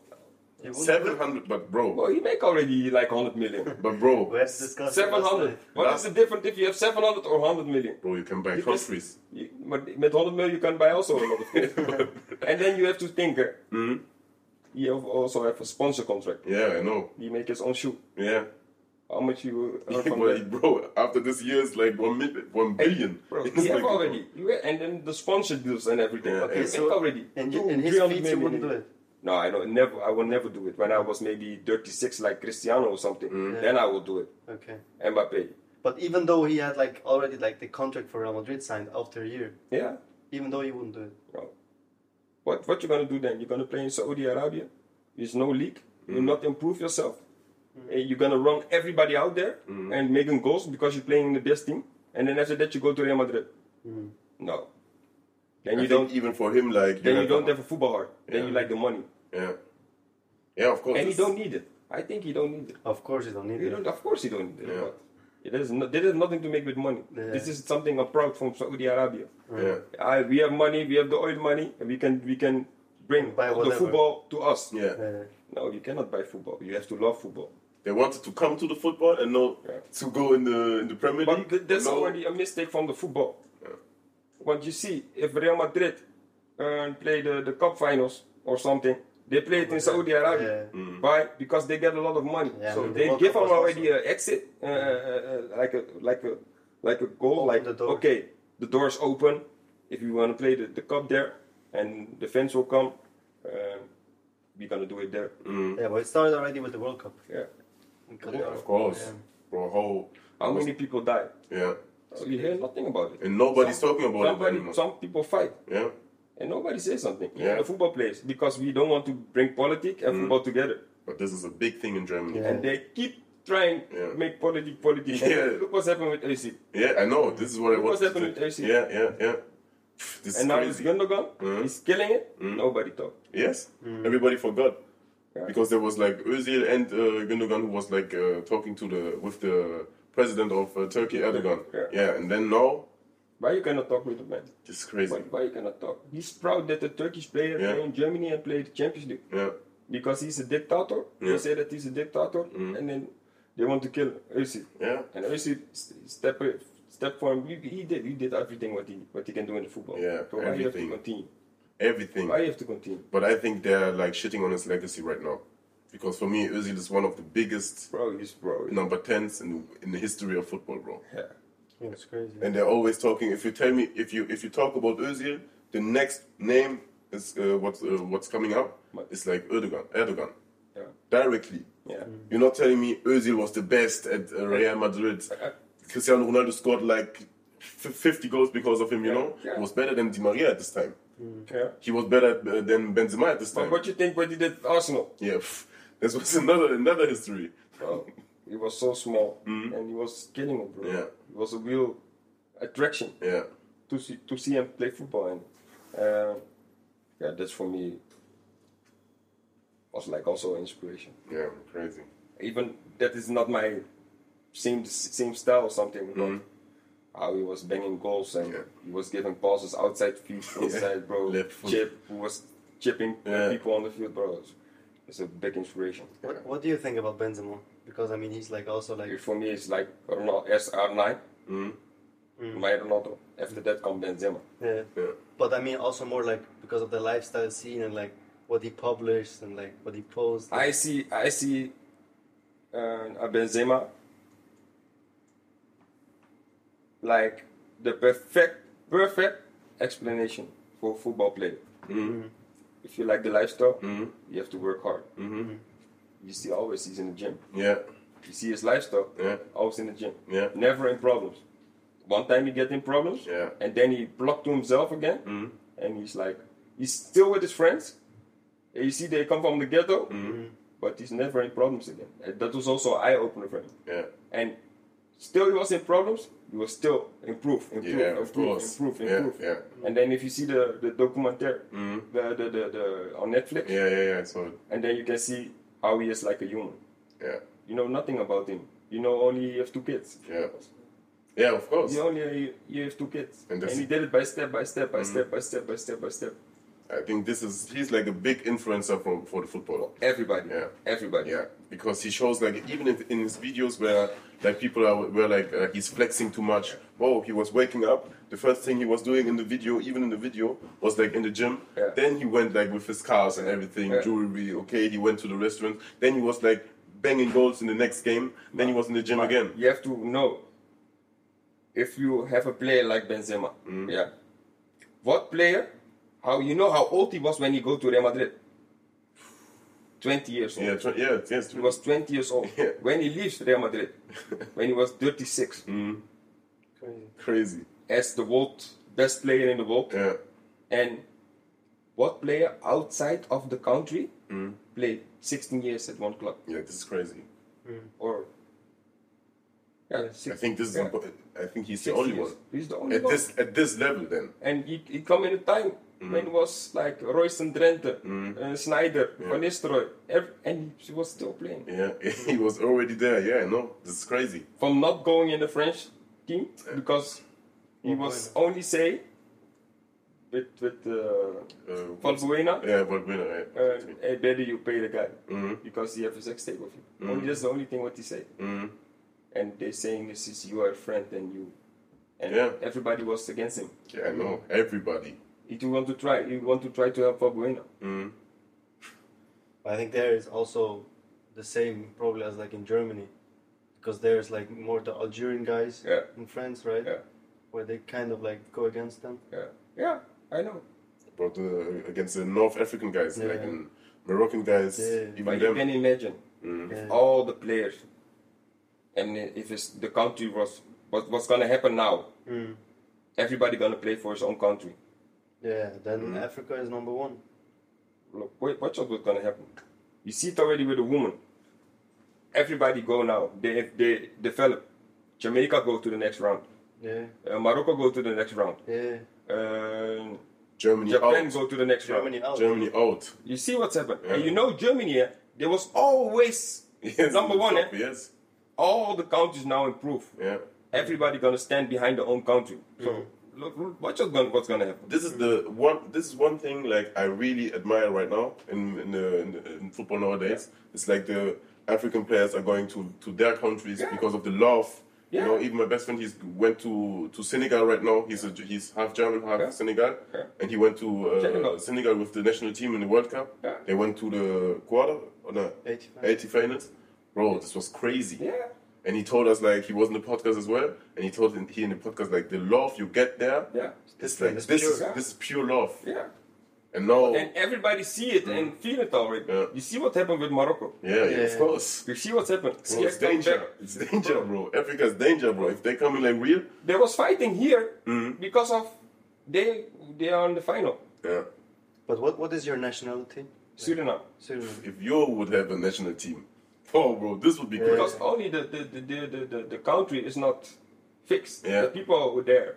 You wouldn't-
700. But bro.
Well, you make already like 100 million.
But bro.
We had to discuss it last
700.
night.
What is the difference if you have 700 or 100 million?
Bro, you can buy
You just-
countries.
you- But met 100 million you can buy also a lot of things. and then you have to think. eh,
Hmm?
You have also have a sponsor contract.
Yeah, I know.
He make his own shoe.
Yeah.
How much you earn from that?
but bro, after this year, it's like one, mil- one billion.
Bro,
It's
you have
like-
already. You have, and then the sponsor deals and everything.
Yeah,
okay,
yeah.
make already.
And,
Two,
you, and his
300
feet, you
million.
wouldn't do it.
No, I don't. Never. I will never do it. When I was maybe 36, like Cristiano or something,
Hmm.
then I will do it.
Okay.
Mbappe.
But even though he had like already like the contract for Real Madrid signed after a year,
Yeah.
even though he wouldn't do it.
No. What What you gonna do then? You're gonna play in Saudi Arabia. There's no league. You're not improve yourself. And You're gonna run everybody out there and making goals because you're playing in the best team. And then after that, you go to Real Madrid. No. Then
I
you
think
don't.
even for him like
Then you don't have a football heart. Then you
Yeah.
like the money.
yeah yeah of course
and you
it's-
don't need it. I think you don't need it.
Of course, you don't need
You
it.
don't, of course, you don't need it.
Yeah.
But it has no, this has nothing to make with money.
Yeah.
This is something I'm proud from Saudi Arabia.
yeah
I, we have money, we have the oil money, and we can we can bring
Buy
the
whatever.
football to us.
yeah
Yeah.
No, you cannot buy football. You have to love football.
they wanted to come to the football and not
Yeah.
to go in the in the Premier
But
League
th- that's
No.
already a mistake from the football. What you see, if Real Madrid uh, play the, the cup finals or something, they play it in Saudi Arabia.
uh, Yeah.
Why? Because they get a lot of money.
Yeah,
so
and the
they
World
give
Cup
them
was
already an exit, uh, uh, uh, like a like a like a goal,
Open
like
the door.
okay, the door's open. If you want to play the, the cup there, and the fans will come, uh, we're gonna do it there.
Yeah, but it started already with the World Cup.
Yeah.
In
Mm. yeah
Qatar.
of course
Yeah.
bro how
How many people die?
yeah
So you hear nothing about it.
and nobody's talking about it
Somebody,
anymore
some people fight.
yeah
and nobody says something. Yeah,
Yeah. Mm.
the football players because we don't want to bring politics and football together,
but this is a big thing in Germany
Yeah.
and they keep try and
Yeah.
make polity polity.
Yeah.
Look what's happened with AC.
Yeah, I know. This is what I
Look
was.
what's happened with FC.
Yeah, yeah, yeah. Pff, This
And
is
now it's
crazy. Mm-hmm.
Gundogan. He's killing it. Nobody talk.
Yes, everybody forgot
Hmm. Yeah.
because there was like Özil and uh, Gündogan who was like uh, talking to the with the president of uh, Turkey, Erdogan.
Yeah.
and then now
Why you cannot talk with the man?
it's crazy.
Why, why you cannot talk? He's proud that a Turkish player
Yeah.
play in Germany and play the Champions League
Yeah,
because he's a dictator.
Yeah. Mm-hmm.
They say that he's a dictator, and then they want to kill Özil.
yeah,
And Özil st- step step for him. He, he did he did everything what he what he can do in the football.
Yeah,
so why you have to
everything.
continue?
everything.
Why you have to continue?
But I think they're like shitting on his legacy right now because for me Özil is one of the biggest
Bro, he's bro.
number tens in in the history of football, bro.
Yeah.
Yeah, it's crazy.
and they're always talking. If you tell me, if you if you talk about Özil, the next name is uh, what's uh, what's coming up.
What?
It's like Erdogan, Erdogan,
Yeah.
directly.
Yeah.
You're not telling me Özil was the best at uh, Real Madrid. Cristiano Ronaldo scored like f- 50 goals because of him. You
Yeah,
know,
yeah.
he was better than Di Maria at this time.
Yeah.
He was better uh, than Benzema at this
But
time.
what you think what he did at Arsenal?
yeah, pff, this was another another history.
Bro, he was so small
Mm-hmm.
and he was killing it, bro.
Yeah.
It was a real attraction
Yeah,
to see to see him play football and uh, yeah, that's for me was like also an inspiration.
yeah, crazy.
Even that is not my same same style or something, but how he was banging goals and
Mm-hmm. Yeah.
he was giving passes outside field, inside, bro.
Left foot.
Chip who was chipping
Yeah.
people on the field, bro. It's a big inspiration.
What, what do you think about Benzema? Because I mean, he's like also like
For me, it's like Ronaldo, SR9,
Mm-hmm. Mm.
my Ronaldo. After that comes Benzema.
yeah.
Yeah.
But I mean, also more like because of the lifestyle scene and like what he published and like what he posted.
I see, I see uh, a Benzema like the perfect, perfect explanation for a football player.
Mm-hmm.
If you like the lifestyle, you have to work hard. You see, always he's in the gym.
Yeah,
You see his lifestyle,
Yeah.
always in the gym.
Yeah.
Never in problems. One time he get in problems,
Yeah.
and then he blocked to himself again,
Mm,
and he's like, he's still with his friends. And you see, they come from the ghetto,
mm.
but he's never in problems again. And that was also eye opener for him.
yeah,
And still, he was in problems. He was still improve, improve,
Yeah, of
improve,
course.
improve,
Yeah,
improve.
yeah. Mm.
And then if you see the the documentary, the, the, the the on Netflix,
yeah, yeah, yeah. So
and then you can see how he is like a human.
yeah.
You know nothing about him. You know only you have two kids.
Yeah. Yeah, of course.
You only you, you have two kids.
And
And,
that's- Mm-hmm.
he did it by step by step by step by step by step by step.
I think this is he's like a big influencer for for the football.
Everybody.
Yeah.
Everybody.
Yeah, because he shows like even if in his videos where like people are were like uh, he's flexing too much. Whoa, he was waking up. The first thing he was doing in the video, even in the video, was like in the gym.
Yeah.
Then he went like with his cars and everything,
Yeah.
jewelry. Okay, he went to the restaurant. Then he was like banging goals in the next game. Then he was in the gym
But
again.
You have to know if you have a player like Benzema.
Mm-hmm.
Yeah. What player? How you know how old he was when he go to Real Madrid? Twenty years old.
Yeah, tw- yeah, yes.
He was twenty years old
Yeah.
when he leaves Real Madrid. when he was thirty six,
Mm.
Crazy.
crazy.
as the world best player in the world.
Yeah,
And what player outside of the country
Mm.
played 16 years at one club?
yeah, this is crazy.
Or yeah,
I think this is.
yeah,
I think he's the
60
only
years.
one.
He's the only
At
one.
this at this level, then
and he, he come in a time
Mm.
when it was like Royston Drenthe, uh, Snyder, Van Nistelrooy, ev- and he was still playing.
Yeah, he was already there. Yeah, no, this is crazy.
From not going in the French team because he was only say with with uh,
Uh,
Valbuena.
yeah, but winner. Yeah.
uh, hey, better you pay the guy
Mm-hmm,
because he have a sex tape with you.
Mm.
Only that's the only thing what he say.
mm-hmm.
And they saying this is you are a friend and you, and
Yeah.
everybody was against him.
yeah, I know everybody. Mm-hmm.
He do want to try. He want to try to help Fabuena.
I think there is also the same probably as like in Germany, because there's like more the Algerian guys
Yeah.
in France, right?
Yeah,
Where they kind of like go against them.
yeah, yeah. I know.
But the, against the North African guys, like
Yeah.
in Moroccan guys,
Yeah.
even
But you
them.
can
Mm-hmm.
imagine
Yeah.
Oh.
all the players, and if it's the country was what, what's gonna happen now. Everybody gonna play for his own country.
Yeah, then
Mm-hmm.
Africa is number one.
look, wait, watch out what's gonna happen. You see it already with a woman. everybody go now. They if they develop. Jamaica go to the next round.
Yeah.
Uh, Morocco go to the next round.
Yeah.
Uh,
Germany
Japan
out.
go to the next
Germany
round.
out.
Germany out.
You see what's happened. And
Yeah.
you know Germany, eh, there was always
Yes,
number one.
top,
Eh?
Yes.
All the countries now improve.
Yeah.
Everybody gonna stand behind their own country. So
Mm.
look, look what's gonna what's gonna happen.
This is the one. This is one thing like I really admire right now in in, the, in, the- in football nowadays. It's like the African players are going to, to their countries
Yeah.
because of the love.
Yeah.
You know, even my best friend, he's went to, to Senegal right now. He's a, he's half German, half
Yeah.
Senegal,
Yeah.
and he went to uh, Senegal.
Senegal.
with the national team in the World Cup.
Yeah.
They went to the quarter or no,
80 finals.
80 finals. Bro, this was crazy.
Yeah.
And he told us like he was in the podcast as well, and he told he in the podcast like the love you get there,
Yeah.
it's like
It's
this
pure,
is
yeah.
this is pure love.
Yeah.
And now,
And everybody see it and feel it already.
Oh. Mm. Yeah.
You see what happened with Morocco.
yeah, yeah, of
Yeah.
course,
You see what's happened.
Bro, it's
Ziyech come
danger.
back.
It's danger, bro. Africa's danger, bro. If they come in like real,
They was fighting here
Mm.
because of they they are in the final.
yeah.
But what, what is your nationality?
Suriname.
Suriname.
If you would have a national team, oh, bro, this would be great.
Because only the the, the, the, the, the the country is not fixed.
Yeah.
The people who are there.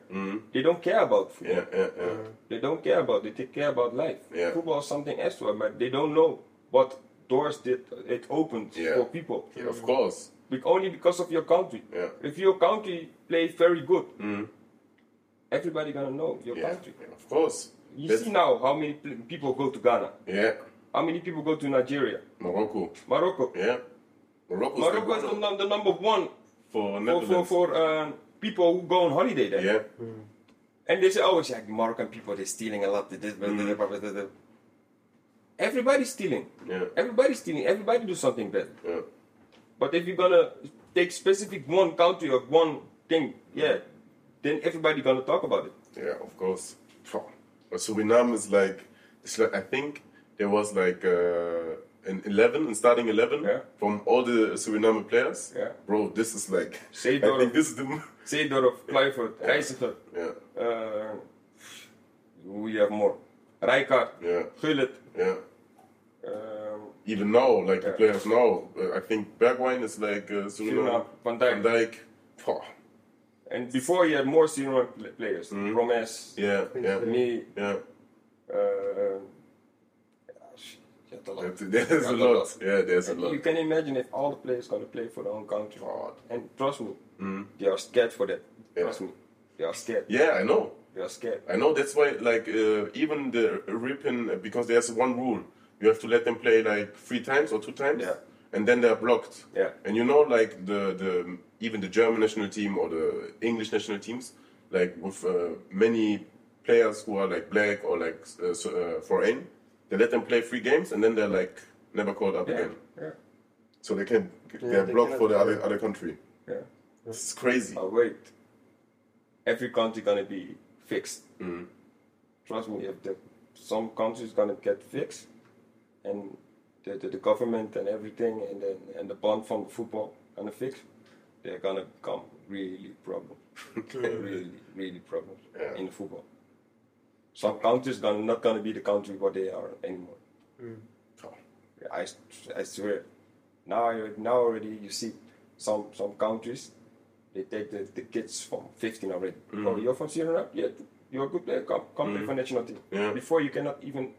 They don't care about football.
Mm, Yeah, yeah, yeah.
They don't care about they take care about life.
Yeah.
Football is something extra, but they don't know what doors did it opened
Yeah.
for people.
yeah of course.
Be- only because of your country.
Yeah. mm,
If your country plays very good, everybody gonna know your
Yeah,
country.
yeah, of course.
You
That's-
see now how many pl- people go to Ghana,
yeah,
how many people go to Nigeria,
Morocco.
Morocco.
Yeah, Morocco's
Morocco is the,
number
num- the number one
for
for
Netherlands.
for, for um, people who go on holiday there.
yeah,
And they say, oh, it's like Moroccan people, they're stealing a lot. they This, blah,
Mm.
blah, blah, blah, blah, blah. Everybody's stealing.
yeah,
Everybody's stealing. Everybody do something bad.
yeah.
But if you're gonna take specific one country or one thing, yeah, then everybody gonna talk about it.
Yeah, of course. Phew. But Suriname is like, it's like I think there was like uh, an eleven, and starting eleven
Yeah.
from all the Suriname players.
Yeah.
bro, this is like.
Say
I think
Dorf.
this is the.
Seedorf, Kluivert, Reiziger,
Yeah,
uh, we have more. Rijkaard,
yeah,
Gullit,
yeah.
um,
Even now, like the
Yeah.
players now, uh, I think Bergwijn is like uh, Suriname,
Suriname, Van Dijk.
Phew.
and before you had more senior pl- players. Promes,
Yeah, Mm-hmm. yeah,
me,
yeah.
uh, gosh, you had a lot.
That- There's a lot. Yeah, there's a
And
lot.
You can imagine if all the players gonna play for their own country.
God.
And trust me, they are scared for that.
Hmm. Yeah.
Trust me, they are scared.
Yeah, I know.
They are scared.
I know that's why, like, uh, even the European, because there's one rule you have to let them play like three times or two times,
Yeah.
and then they're blocked.
Yeah.
And you know, like, the, the even the German national team or the English national teams, like, with uh, many players who are like black or like uh, so- uh, foreign, they let them play three games and then they're like never called up
Yeah,
again.
yeah,
So they can, they're
they
blocked for the
cannot-
other, other country.
yeah.
It's crazy.
But wait, every country gonna be fixed.
Hmm.
Trust me, if the, some countries gonna get fixed, and the, the, the government and everything, and then and the bond from the football gonna fix, they're gonna become really problem, really really problem
Yeah.
in the football. Some countries gonna not gonna be the country what they are anymore. I, I swear. Now, I- now already you see some some countries, they take the, the kids from 15 already. Oh, you're from Syria? Yeah, you're a good player. Come, come play for national team.
Yeah.
Before you cannot even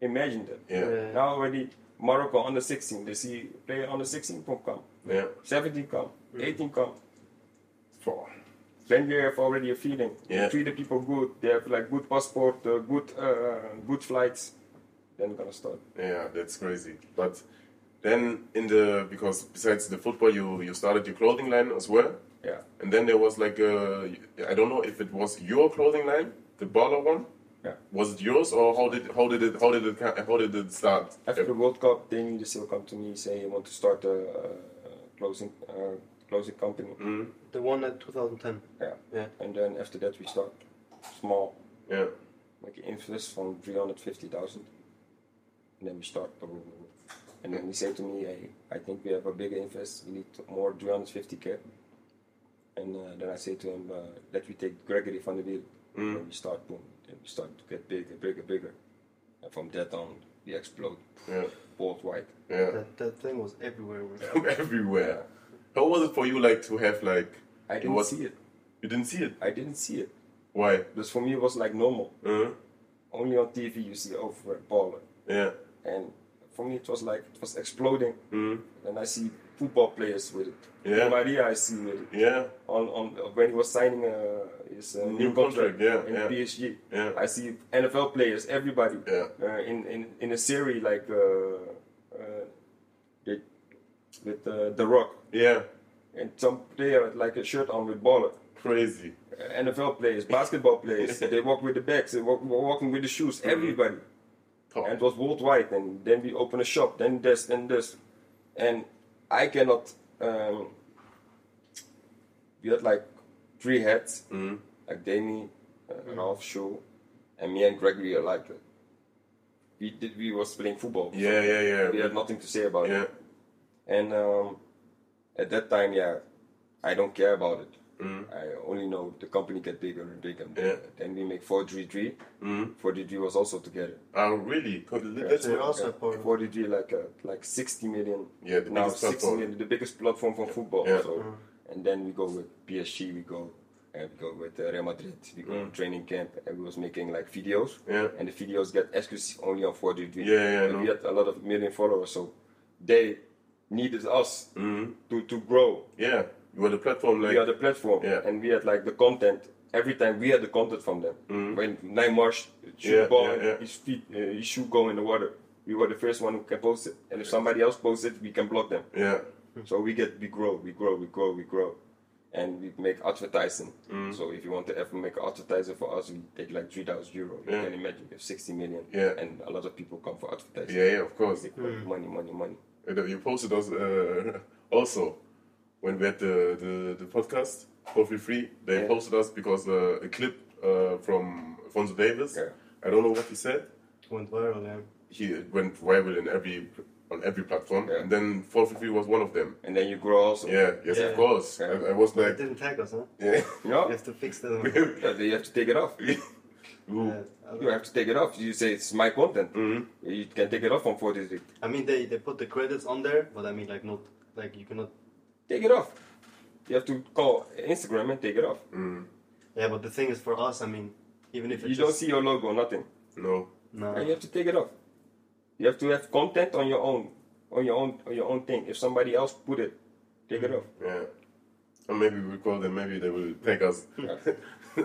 imagine that.
Yeah.
Yeah.
Now already Morocco under 16, they see player under 16 come, come.
Yeah.
17 come, 18 come.
Phew.
Then they have already a feeling.
Yeah.
They treat the people good. They have like good passport, uh, good uh, good flights. Then gonna start.
Yeah, that's crazy. But then in the because besides the football, you you started your clothing line as well,
Yeah.
and then there was like a I don't know if it was your clothing line, the baller one.
Yeah.
Was it yours or how did how did it how did it ca- how did it start?
After the World Cup, then they still come to me say you want to start a uh, closing uh, closing company.
Mm-hmm.
The one at 2010.
Yeah.
Yeah.
And then after that we start small,
Yeah,
make an invest from three hundred fifty thousand, and then we start. the- And then he said to me, hey, I think we have a bigger invest. We need er more three hundred fifty k. And uh, then I say to him, uh, let me take Gregory van der Wiel. And we start boom. And we start to get bigger, bigger, bigger. And from that on, we they explode
Yeah,
worldwide.
yeah.
That, that thing was everywhere. bro.
Everywhere. How was it for you, like, to have, like,
I didn't
was-
see it.
you didn't see it?
I didn't see it.
Why?
Because for me, it was like normal.
Uh,
Only on TV you see oh, we're balling.
yeah.
And for me, it was like it was exploding. And I see football players with it.
mm-hmm. Yeah.
Maria, I see with it.
Yeah.
On, on when he was signing uh, his uh,
New contract, yeah,
in
yeah.
PSG,
Yeah.
I see NFL players, everybody
Yeah.
uh, in, in in a series like uh, uh, they- with uh, the Rock
Yeah.
and some player had like a shirt on with baller.
Crazy.
Uh, NFL players, basketball players, they walk with the bags, they walk, were walking with the shoes,
Mm-hmm.
everybody.
Top.
Oh. And it was worldwide. And then we open a shop, then this, then this. And I cannot. Um, we had like three heads,
Mm-hmm.
like Danny, uh, Ralph, Shaw, and me and Gregory are like. We did. We was playing football.
Yeah, yeah, yeah.
We had nothing to say about
Oh, Yeah.
it. And um, at that time, yeah, I don't care about it.
Mm,
I only know the company get bigger and bigger. And bigger.
Yeah.
Then we make 433. Mm. 433 was also together.
Oh, really? 'Cause That's
They
what,
also
Yeah.
important.
433 like uh, like 60 million.
Yeah, the
now
biggest
60
platform.
million, the biggest platform for football.
Yeah.
So,
Uh,
and then we go with PSG, we go and we go with uh, Real Madrid, we go
Mm.
to training camp, and we was making like videos.
Yeah.
And the videos get exclusive only on 433.
Yeah, yeah, I
And we
know.
had a lot of million followers, so they needed us to to grow.
Mm. yeah. You were the platform, like,
We are the platform,
Yeah.
and we had like the content. Every time we had the content from them. When Neymar sh- shoot
Mm. Yeah,
the ball
yeah,
and
yeah.
his feet, uh, his shoe go in the water, we were the first one who can post it. And if somebody else posts it, we can block them.
yeah.
So we get, we grow, we grow, we grow, we grow, and we make advertising. So if you want to ever make an advertiser for us, we take like three thousand euro. You
Yeah.
can imagine if sixty million,
Yeah.
and a lot of people come for advertising.
Yeah, yeah, of course.
Money, money, money.
And, uh, You posted us uh, also when we had the, the, the podcast for free free. They
Yeah.
posted us because uh, a clip uh, from Fonzo Davis.
Yeah.
I don't know what he said.
Went viral, yeah.
He went viral in every on every platform,
Yeah.
and then four free free was one of them.
And then you grow also.
Yeah, yes,
Yeah.
of course.
Yeah.
I, I was
It
like, Oh.
didn't tag us, huh?
yeah.
No?
You have to fix that one.
Yeah, you have to take it off.
Ooh.
Yeah, I don't-
You have to take it off. You say it's my content.
Mm-hmm.
You can take it off on 43.
I mean, they, they put the credits on there, but I mean, like, not like you cannot.
Take it off. You have to call Instagram and take it off.
Mm-hmm.
Yeah, but the thing is, for us, I mean, even if
You
it's
don't
just,
see your logo, nothing.
No.
no,
And you have to take it off. You have to have content on your own, on your own, on your own thing. If somebody else put it, take it off.
Yeah. Or maybe we call them. Maybe they will take us
Yeah.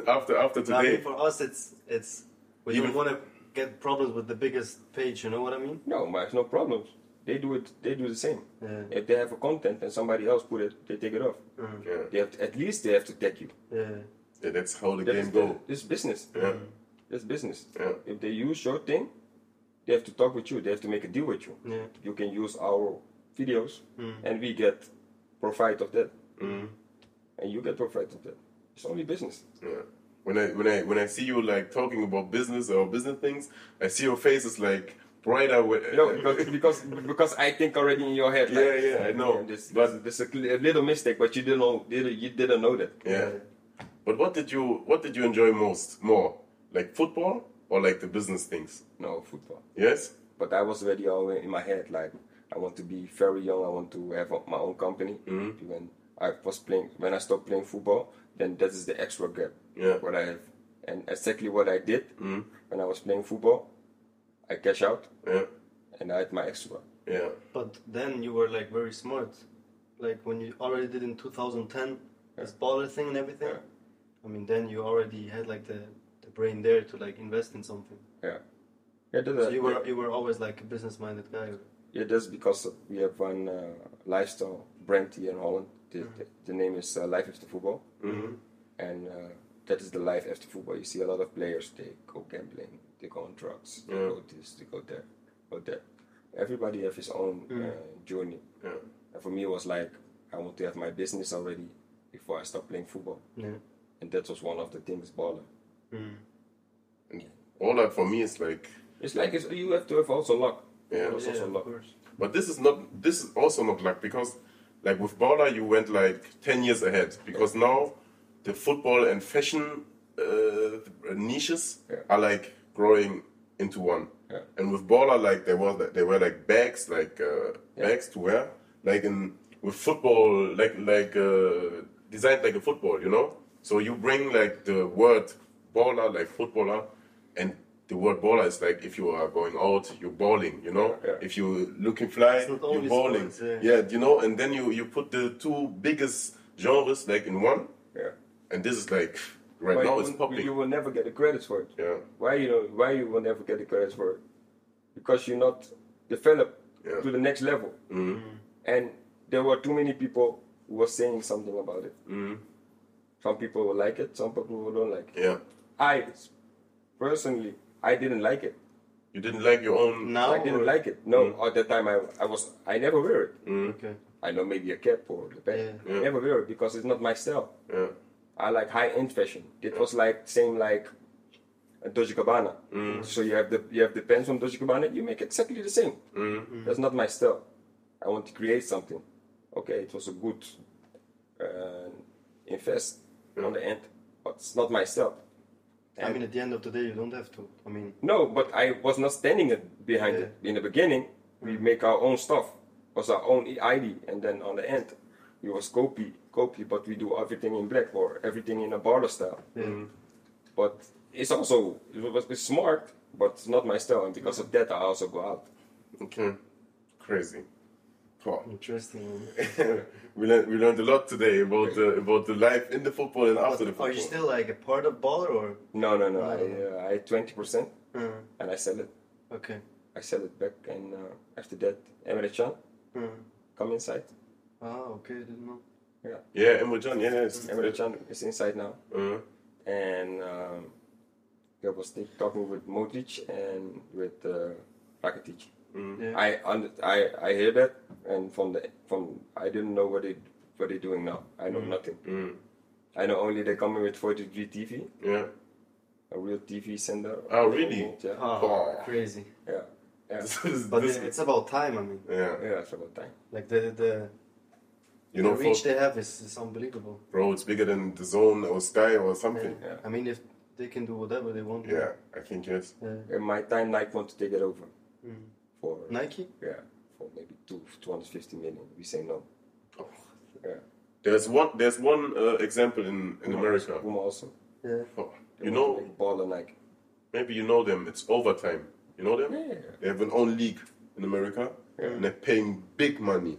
after after
No, I mean,
today.
for us, it's it's we
Even-
don't want to get problems with the biggest page. You know what I mean?
No, there's no problems. They do it. They do the same.
Yeah.
If they have a content and somebody else put it, they take it off.
Yeah.
They have to, at least they have to tag you.
Yeah,
Yeah, that's how the
That
game
is-
go.
It's business.
Yeah.
That's business.
Yeah.
If they use your thing, they have to talk with you. They have to make a deal with you.
Yeah.
You can use our videos, and we get profit of that,
Mm.
and you get profit of that. It's only business.
Yeah. When I when I when I see you like talking about business or business things, I see your face is like brighter. With,
No, because because, because I think already in your head. Like,
Yeah, yeah, I know.
This,
But-
but this is a, cl- a little mistake, but you didn't know. Did, you didn't know that.
yeah. But what did you what did you enjoy most more, like football or like the business things?
No football.
Yes.
But I was already always in my head like I want to be very young. I want to have my own company.
Mm-hmm.
When I was playing, when I stopped playing football, then that is the extra gap.
Yeah. Mm-hmm.
What I have, and exactly what I did when I was playing football, I cash out
Yeah.
and I had my extra.
Yeah.
but then you were like very smart, like when you already did in 2010 this baller thing and everything.
Yeah.
I mean, then you already had like the, the brain there to like invest in something.
Yeah. Yeah, that,
So you were you were always like a business minded guy.
yeah, that's because we have one uh, lifestyle brand here in Holland. The, the, the name is uh, Life After Football,
Mm-hmm.
and uh, that is the life after football. You see a lot of players they go gambling, they go on drugs, they
Yeah.
go this, they go there, go there. Everybody have his own uh, journey.
Yeah.
And for me, it was like I want to have my business already before I stop playing football,
Yeah.
and that was one of the things baller.
And all that for me is like.
It's like it's, you have to have also luck.
Yeah.
It was
Yeah,
also
of
luck.
course.
But this is not. This is also not luck because, like with Baller, you went like ten years ahead because now, the football and fashion uh, niches
Yeah.
are like growing into one.
Yeah.
And with baller, like there was, there were like bags, like uh, bags to wear, like in with football, like like uh, designed like a football, you know. So you bring like the word baller, like footballer, and the word baller is like if you are going out, you're balling, you know.
Yeah.
If you looking fly,
It's not
you're
only
balling.
sports, yeah.
yeah, you know. And then you you put the two biggest genres like in one,
Yeah.
and this is like right
Why
now
you
it's
won't-
popping.
You will never get the credits for it.
Yeah,
Why you know why you will never get the credits for it? Because you're not developed
Yeah.
to the next level. And there were too many people who were saying something about it.
Mm.
Some people will like it, some people will don't like it.
yeah.
I personally I didn't like it.
You didn't like your own.
Now
I didn't
or-
like it. No, at that time I, I was I never wear it.
Okay.
I know maybe a cap or the bag.
Yeah.
Yeah.
Never wear it because it's not my style.
Yeah.
I like high end fashion. It was like same like a Dolce Gabbana. So you have the you have the pens from Dolce Gabbana. You make exactly the same. That's not my style. I want to create something. Okay, it was a good uh, invest on the end, but it's not my style.
I mean, at the end of the day, you don't have to. I mean,
No, but I was not standing it behind it in the beginning. We make our own stuff, was our own ID, and then on the end, we was copy copy, but we do everything in black or everything in a baller style.
Mm-hmm.
But it's also it was it's smart, but it's not my style, and because of that, I also go out.
Okay. Crazy. Wow.
interesting.
we learned we learned a lot today about the about the life in the football and after the
But
football.
are you still like a part of baller or?
No, no, no. I uh, I twenty percent,
Uh,
and I sell it.
okay.
I sell it back, and uh, after that, Emre Can
Uh,
come inside.
ah, okay. Didn't know.
Yeah,
yeah, Emre Can. Yeah, it's,
Emre Can is inside now.
uh,
and um, I was think- talking with Modric and with uh, Rakitic.
Yeah.
I, under, I I hear that, and from the from I didn't know what they what they're doing now. I know nothing.
mm,
I know only they're coming with 40 degree TV,
yeah.
a real TV sender.
Oh, really?
Yeah,
Ah,
Oh.
crazy.
yeah, yeah,
This is,
But
this
it-
is,
it's about time. I mean,
yeah.
yeah. It's about time.
like the the,
You know,
the reach
for,
they have is, is unbelievable.
bro, it's bigger than the zone or sky or something.
Yeah.
I mean, if they can do whatever they want.
Yeah, I think yes.
Yeah.
In my time, Nike want to take it over
Mm.
for
Nike.
yeah for maybe two 250 million. We say no. Yeah,
There's one there's one uh, example in in America.
Puma also.
Yeah.
Oh,
They want to
you know,
make baller Nike.
maybe you know them. It's overtime. You know them?
Yeah.
They have an own league in America, and they're paying big money.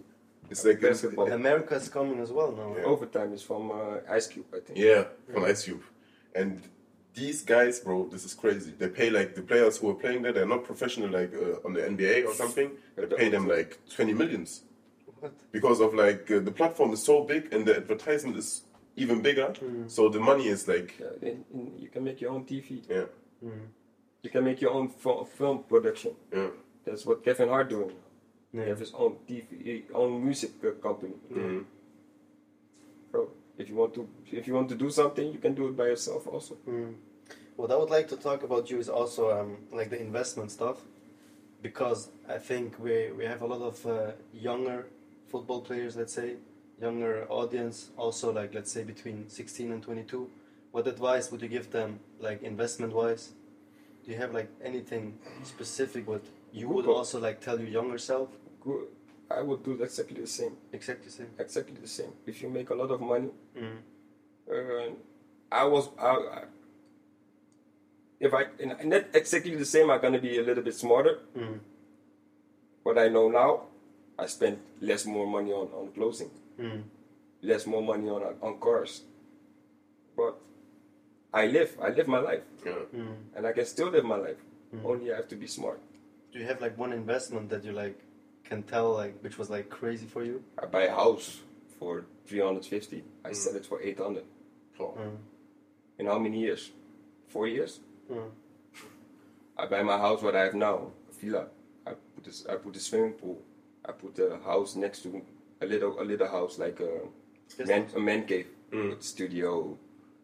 It's like
Basketball.
America's coming as well now.
Overtime is from uh, Ice Cube, I think.
Yeah, on Ice Cube. And these guys, bro, this is crazy. They pay like the players who are playing there, they're not professional like uh, on the NBA or something. They pay them like 20 millions
What?
because of like uh, the platform is so big and the advertisement is even bigger.
Mm.
So the money is like,
Yeah, in, in- you can make your own TV.
yeah,
Mm.
You can make your own fil- film production.
yeah,
That's what Kevin Hart doing. now. He
Yeah.
have his own TV, eh, own music uh, company.
Mm.
Bro, if you want to, if you want to do something, you can do it by yourself also.
What I would like to talk about you is also um, like the investment stuff, because I think we we have a lot of uh, younger football players, let's say, younger audience, also like let's say between 16 and 22. What advice would you give them, like investment wise? Do you have like anything specific what you would also like tell your younger self?
Good. I would do exactly the same.
Exactly same.
Exactly the same. If you make a lot of money, uh, I was I, I, if I and not exactly the same. I'm gonna be a little bit smarter. What I know now, I spend less more money on on clothing, less more money on on cars. But I live, I live my life,
yeah.
Mm. and I can still live my life. Only I have to be smart.
Do you have like one investment that you like can tell like which was like crazy for you?
I buy a house for three hundred fifty. I sell it for eight hundred.
Oh,
In how many years? Four years. I buy my house what I have now, a villa. I put this, I put a swimming pool. I put a house next to a little a little house like a
Yes.
man, a man cave with studio,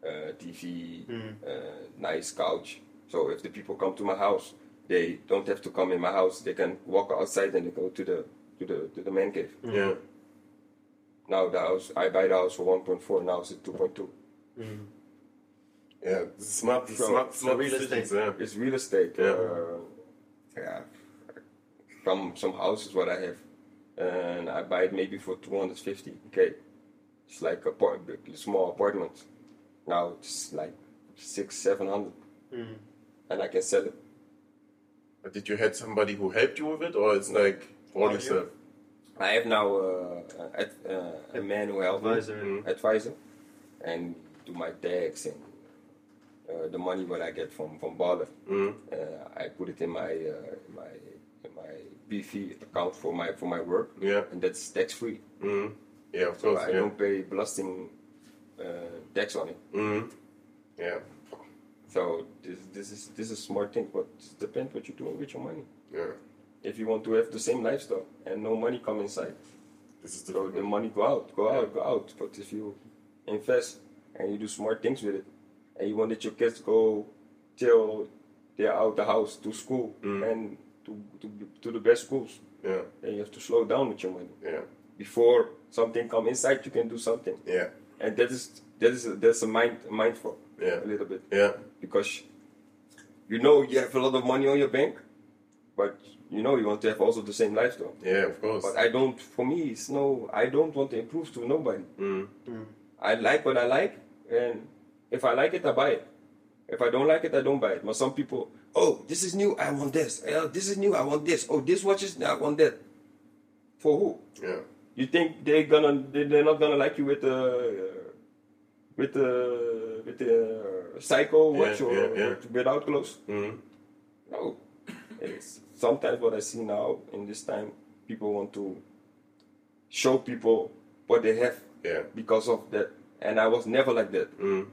uh, TV, uh, nice couch. So if the people come to my house, they don't have to come in my house. They can walk outside and they go to the to the to the man cave.
yeah.
Now the house I buy the house for one point four. Now it's at two point two.
Yeah, this is smart, this is
So-
smart, smart
real estate.
decisions, yeah.
It's real estate.
Yeah.
Uh, yeah, from some houses what I have, and I buy it maybe for 250k. It's like a par- a small apartment. Now it's like six, seven hundred, and I can sell it.
But did you had somebody who helped you with it, or it's like all
Not
yourself?
I have now uh, a- ad- uh, a man who helps me,
Advisor.
advisor, and do my tax and uh, the money what I get from from Baller.
Mm.
Uh, I put it in my uh, in my in my BV account for my for my work,
Yeah.
and that's tax free.
Mm. Yeah, of
So
course.
I
yeah.
don't pay blasting uh, tax on it.
Mm. Yeah.
So this this is this is smart thing, but it depends what you're doing with your money.
Yeah.
If you want to have the same lifestyle and no money come inside,
This is
so
difficult.
the money go out, go out, go out. But if you invest and you do smart things with it, and you want that your kids go till they're out the house to school and to, to to the best schools,
Yeah.
then you have to slow down with your money.
Yeah.
Before something come inside, you can do something.
Yeah.
and that is that is that's a mind mindful
Yeah.
a little bit
Yeah.
because you know you have a lot of money on your bank but you know you want to have also the same lifestyle
Yeah. Of course.
but i don't for me it's no i don't want to improve to nobody
Mm.
i like what i like and if i like it i buy it if i don't like it i don't buy it but some people oh this is new i want this oh, this is new i want this oh this watch is i want that for who
Yeah.
you think they're gonna they- they're not gonna like you with the uh, with the with the psycho watch
Yeah,
or
yeah, yeah.
without clothes?
Mm.
No, it's sometimes what I see now in this time. People want to show people what they have
Yeah.
because of that, and I was never like that.
Mm.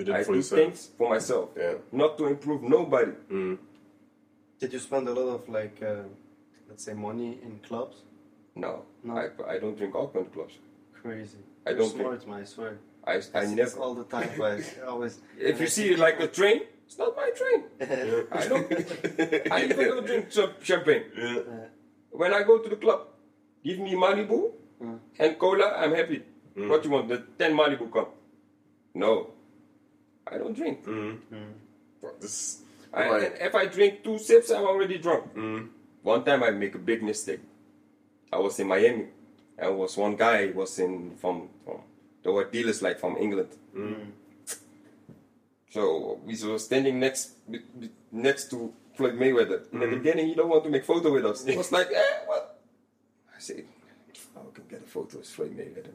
You did
I
it for
do
yourself.
things for myself,
Yeah.
not to improve nobody.
Mm.
Did you spend a lot of like, uh, let's say, money in clubs?
No,
No.
I, I don't drink alcohol in clubs.
Crazy.
I
You're
don't think-
smart, man. I swear.
I, I
It's- it's
never.
all the time, guys. Always.
If you see like a train, it's not my train.
Mm-hmm.
I don't. I even don't drink cham- champagne.
Yeah.
When I go to the club, give me Malibu and cola, I'm happy. What you want? The 10 Malibu come. No, I don't drink.
Mm. Fuck, This.
I,
Why?
and if I drink two sips, I'm already drunk.
Mm.
One time I make a big mistake. I was in Miami and was one guy was in from, from there were dealers like from England. So we were standing next be- be- next to Floyd Mayweather. In the beginning, he don't want to make photo with us. He was like, eh, what? I said, how can get a photo with Floyd Mayweather?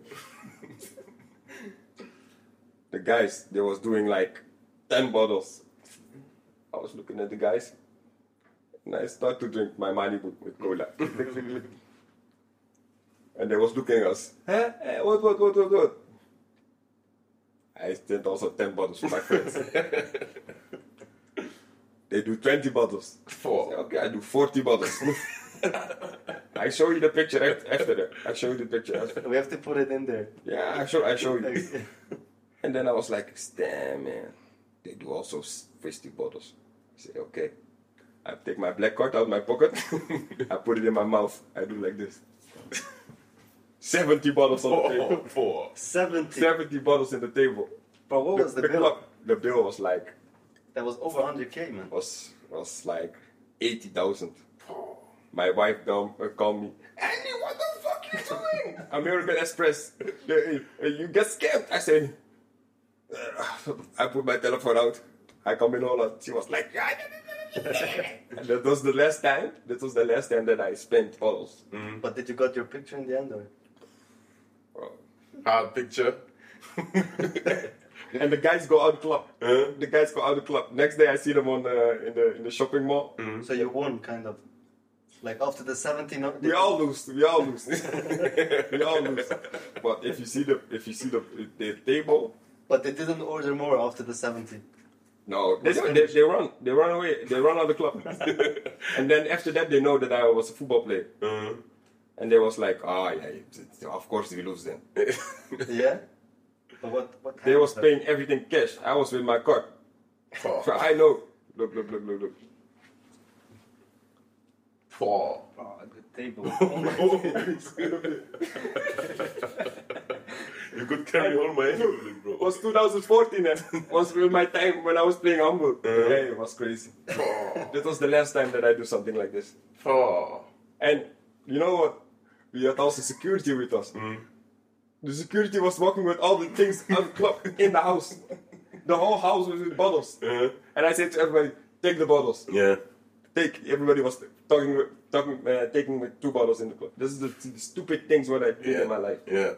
the guys, they was doing like 10 bottles. I was looking at the guys. And I start to drink my Malibu with cola. and they was looking at us. Huh? Eh, what, what, what, what, what? I spent also 10 bottles for my friends. they do 20 bottles. I say,
Four.
okay, I do 40 bottles. I show you the picture af- after that. I show you the picture after.
We have to put it in there.
Yeah, I show, I show you.
Thanks.
And then I was like, damn, man. They do also s- 50 bottles. I say, okay. I take my black card out of my pocket. I put it in my mouth. I do like this. 70 bottles on the
Oh.
table.
Four. Four.
70.
70 bottles on the table.
But what was the, bill?
club- the bill was like
That was over 100k, man.
was was like eighty thousand. My wife down, uh, called me. Andy, what the fuck you doing? American Express. They- uh, you get scammed. I said. uh, I put my telephone out. I come in Holland. She was like. "Yeah, yeah, yeah, yeah, yeah." and that was the last time. That was the last time that I spent bottles.
But did you got your picture in the end or?
Bro.
Hard picture.
Mm-hmm. And the guys go out the club.
Huh?
The guys go out the club. Next day I see them on the in the in the shopping mall.
So you won, kind of. Like after the 70, no,
We all lose. We all lose. we all lose. But if you see the if you see the, the table,
but they didn't order more after the 70.
no, they, don't- they they run they run away. They run out of the club. and then after that, they know that I was a football player,
Uh,
and they was like, ah, yeah, it- it- of course we lose then.
Yeah. But what? What?
They
happened
was
then?
paying everything cash. I was with my card. So
four.
I know. Look, look, look, look, look.
Four.
Oh, the table. Oh my-
You could carry all my Hamburg,
It
bro.
was 2014 and was really my time when I was playing Hamburg. Yeah, it was crazy.
Oh.
That was the last time that I do something like this.
Oh.
And you know what? We had also security with us.
Mm.
The security was walking with all the things unplugged in the house. The whole house was with bottles.
Uh,
And I said to everybody, take the bottles.
yeah.
Take. Everybody was talking, with- talking, uh, taking with two bottles in the club. This is the, the stupid things what I did
Yeah.
in my life.
Yeah.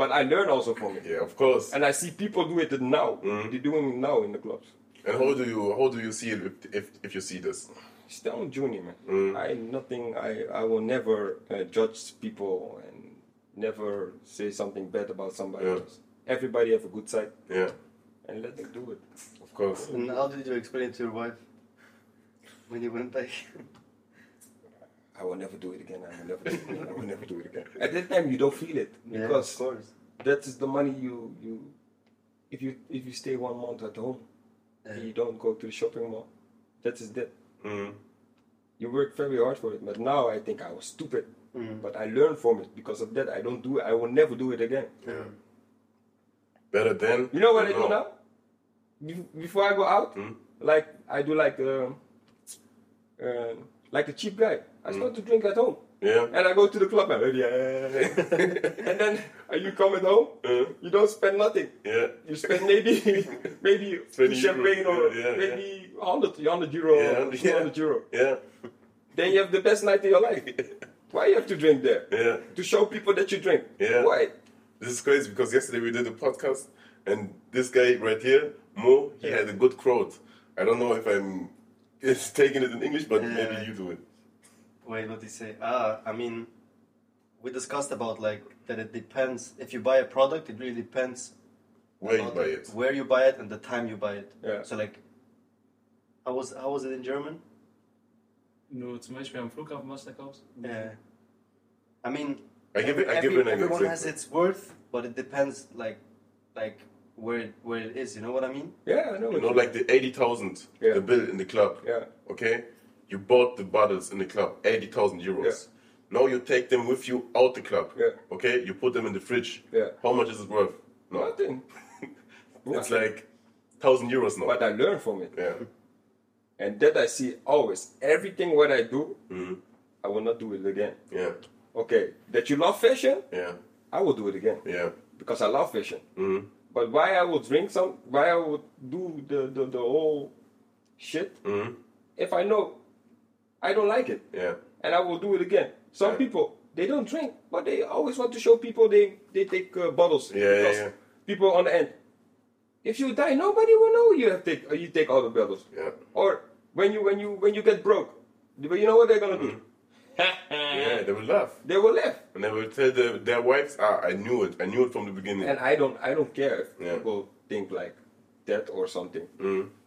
But I learned also from it.
Yeah, Mm. of course.
And I see people do it now. They're doing it now in the clubs.
And how do you how do you see it if if, if you see this? Mm.
Still junior man. I nothing. I I will never uh, judge people and never say something bad about somebody
Yeah.
else. Everybody have a good side
Yeah,
and let them do it.
of course.
And how did you explain it to your wife when you went back?
I will never do it again. I will never do it again. I will never do it again. At that time, you don't feel it
Yeah, of
because
course.
that is the money you you. If you if you stay one month at home, and you don't go to the shopping mall, that is that.
Mm.
You work very hard for it, but now I think I was stupid. But I learned from it because of that. I don't do. it. I will never do it again.
Better than
You know what I
than Mm.
do now? Bef- Before I go out, like I do like um, uh, like a cheap guy.
Mm.
I start to drink at home,
Yeah,
and I go to the club. And, yeah. and then uh, you come at home,
Mm.
you don't spend nothing.
yeah,
You spend maybe maybe two
20
champagne or
euro. Yeah, yeah.
maybe 100, 100 euro
Yeah,
or
yeah.
200 euro.
yeah,
Then you have the best night of your life. Why you have to drink there?
yeah.
To show people that you drink.
Yeah.
Why?
This is crazy because yesterday we did a podcast and this guy right here, Mo, he had a good quote. I don't know if I'm it's taking it in English, but
Yeah.
maybe you do it.
Wait, what did he say? Ah, I mean, we discussed about like that it depends. If you buy a product, it really depends
Where you
about
buy it.
where you buy it and the time you buy it.
Yeah.
So like, how was how was it in German?
Wenn du zum Beispiel am Flughafen was da kaufst,
Yeah. Uh, I mean,
I give it- I
every-
give it an
everyone
example.
has its worth, but it depends like like where it, where it is. You know what I mean?
Yeah, I know.
You
what
know, like the 80,000,
Yeah.
the bill in the club.
Yeah.
Okay? You bought the bottles in the club, 80,000 euros. Now you take them with you out the club.
Yeah.
Okay? You put them in the fridge.
Yeah.
How much is it worth? No.
Nothing.
It's like 1,000 euros now.
But I learn from it.
yeah.
And that I see always. Everything what I do, I will not do it again.
Yeah.
Okay. That you love fashion,
Yeah.
I will do it again.
Yeah.
Because I love fashion.
Mm-hmm.
But why I would drink some why I would do the, the, the whole shit if I know I don't like it.
Yeah.
And I will do it again. Some
Yeah.
people they don't drink, but they always want to show people they, they take uh, bottles.
Yeah, yeah,
Because
yeah.
People on the end. If you die, nobody will know you have take uh, you take all the bottles.
Yeah.
Or when you when you when you get broke, you you know what they're gonna do?
Mm-hmm. Yeah. They will laugh.
They will laugh.
And they will tell the, their wives, ah, I knew it. I knew it from the beginning.
And I don't I don't care if
Yeah. Mm.
people think like that or something.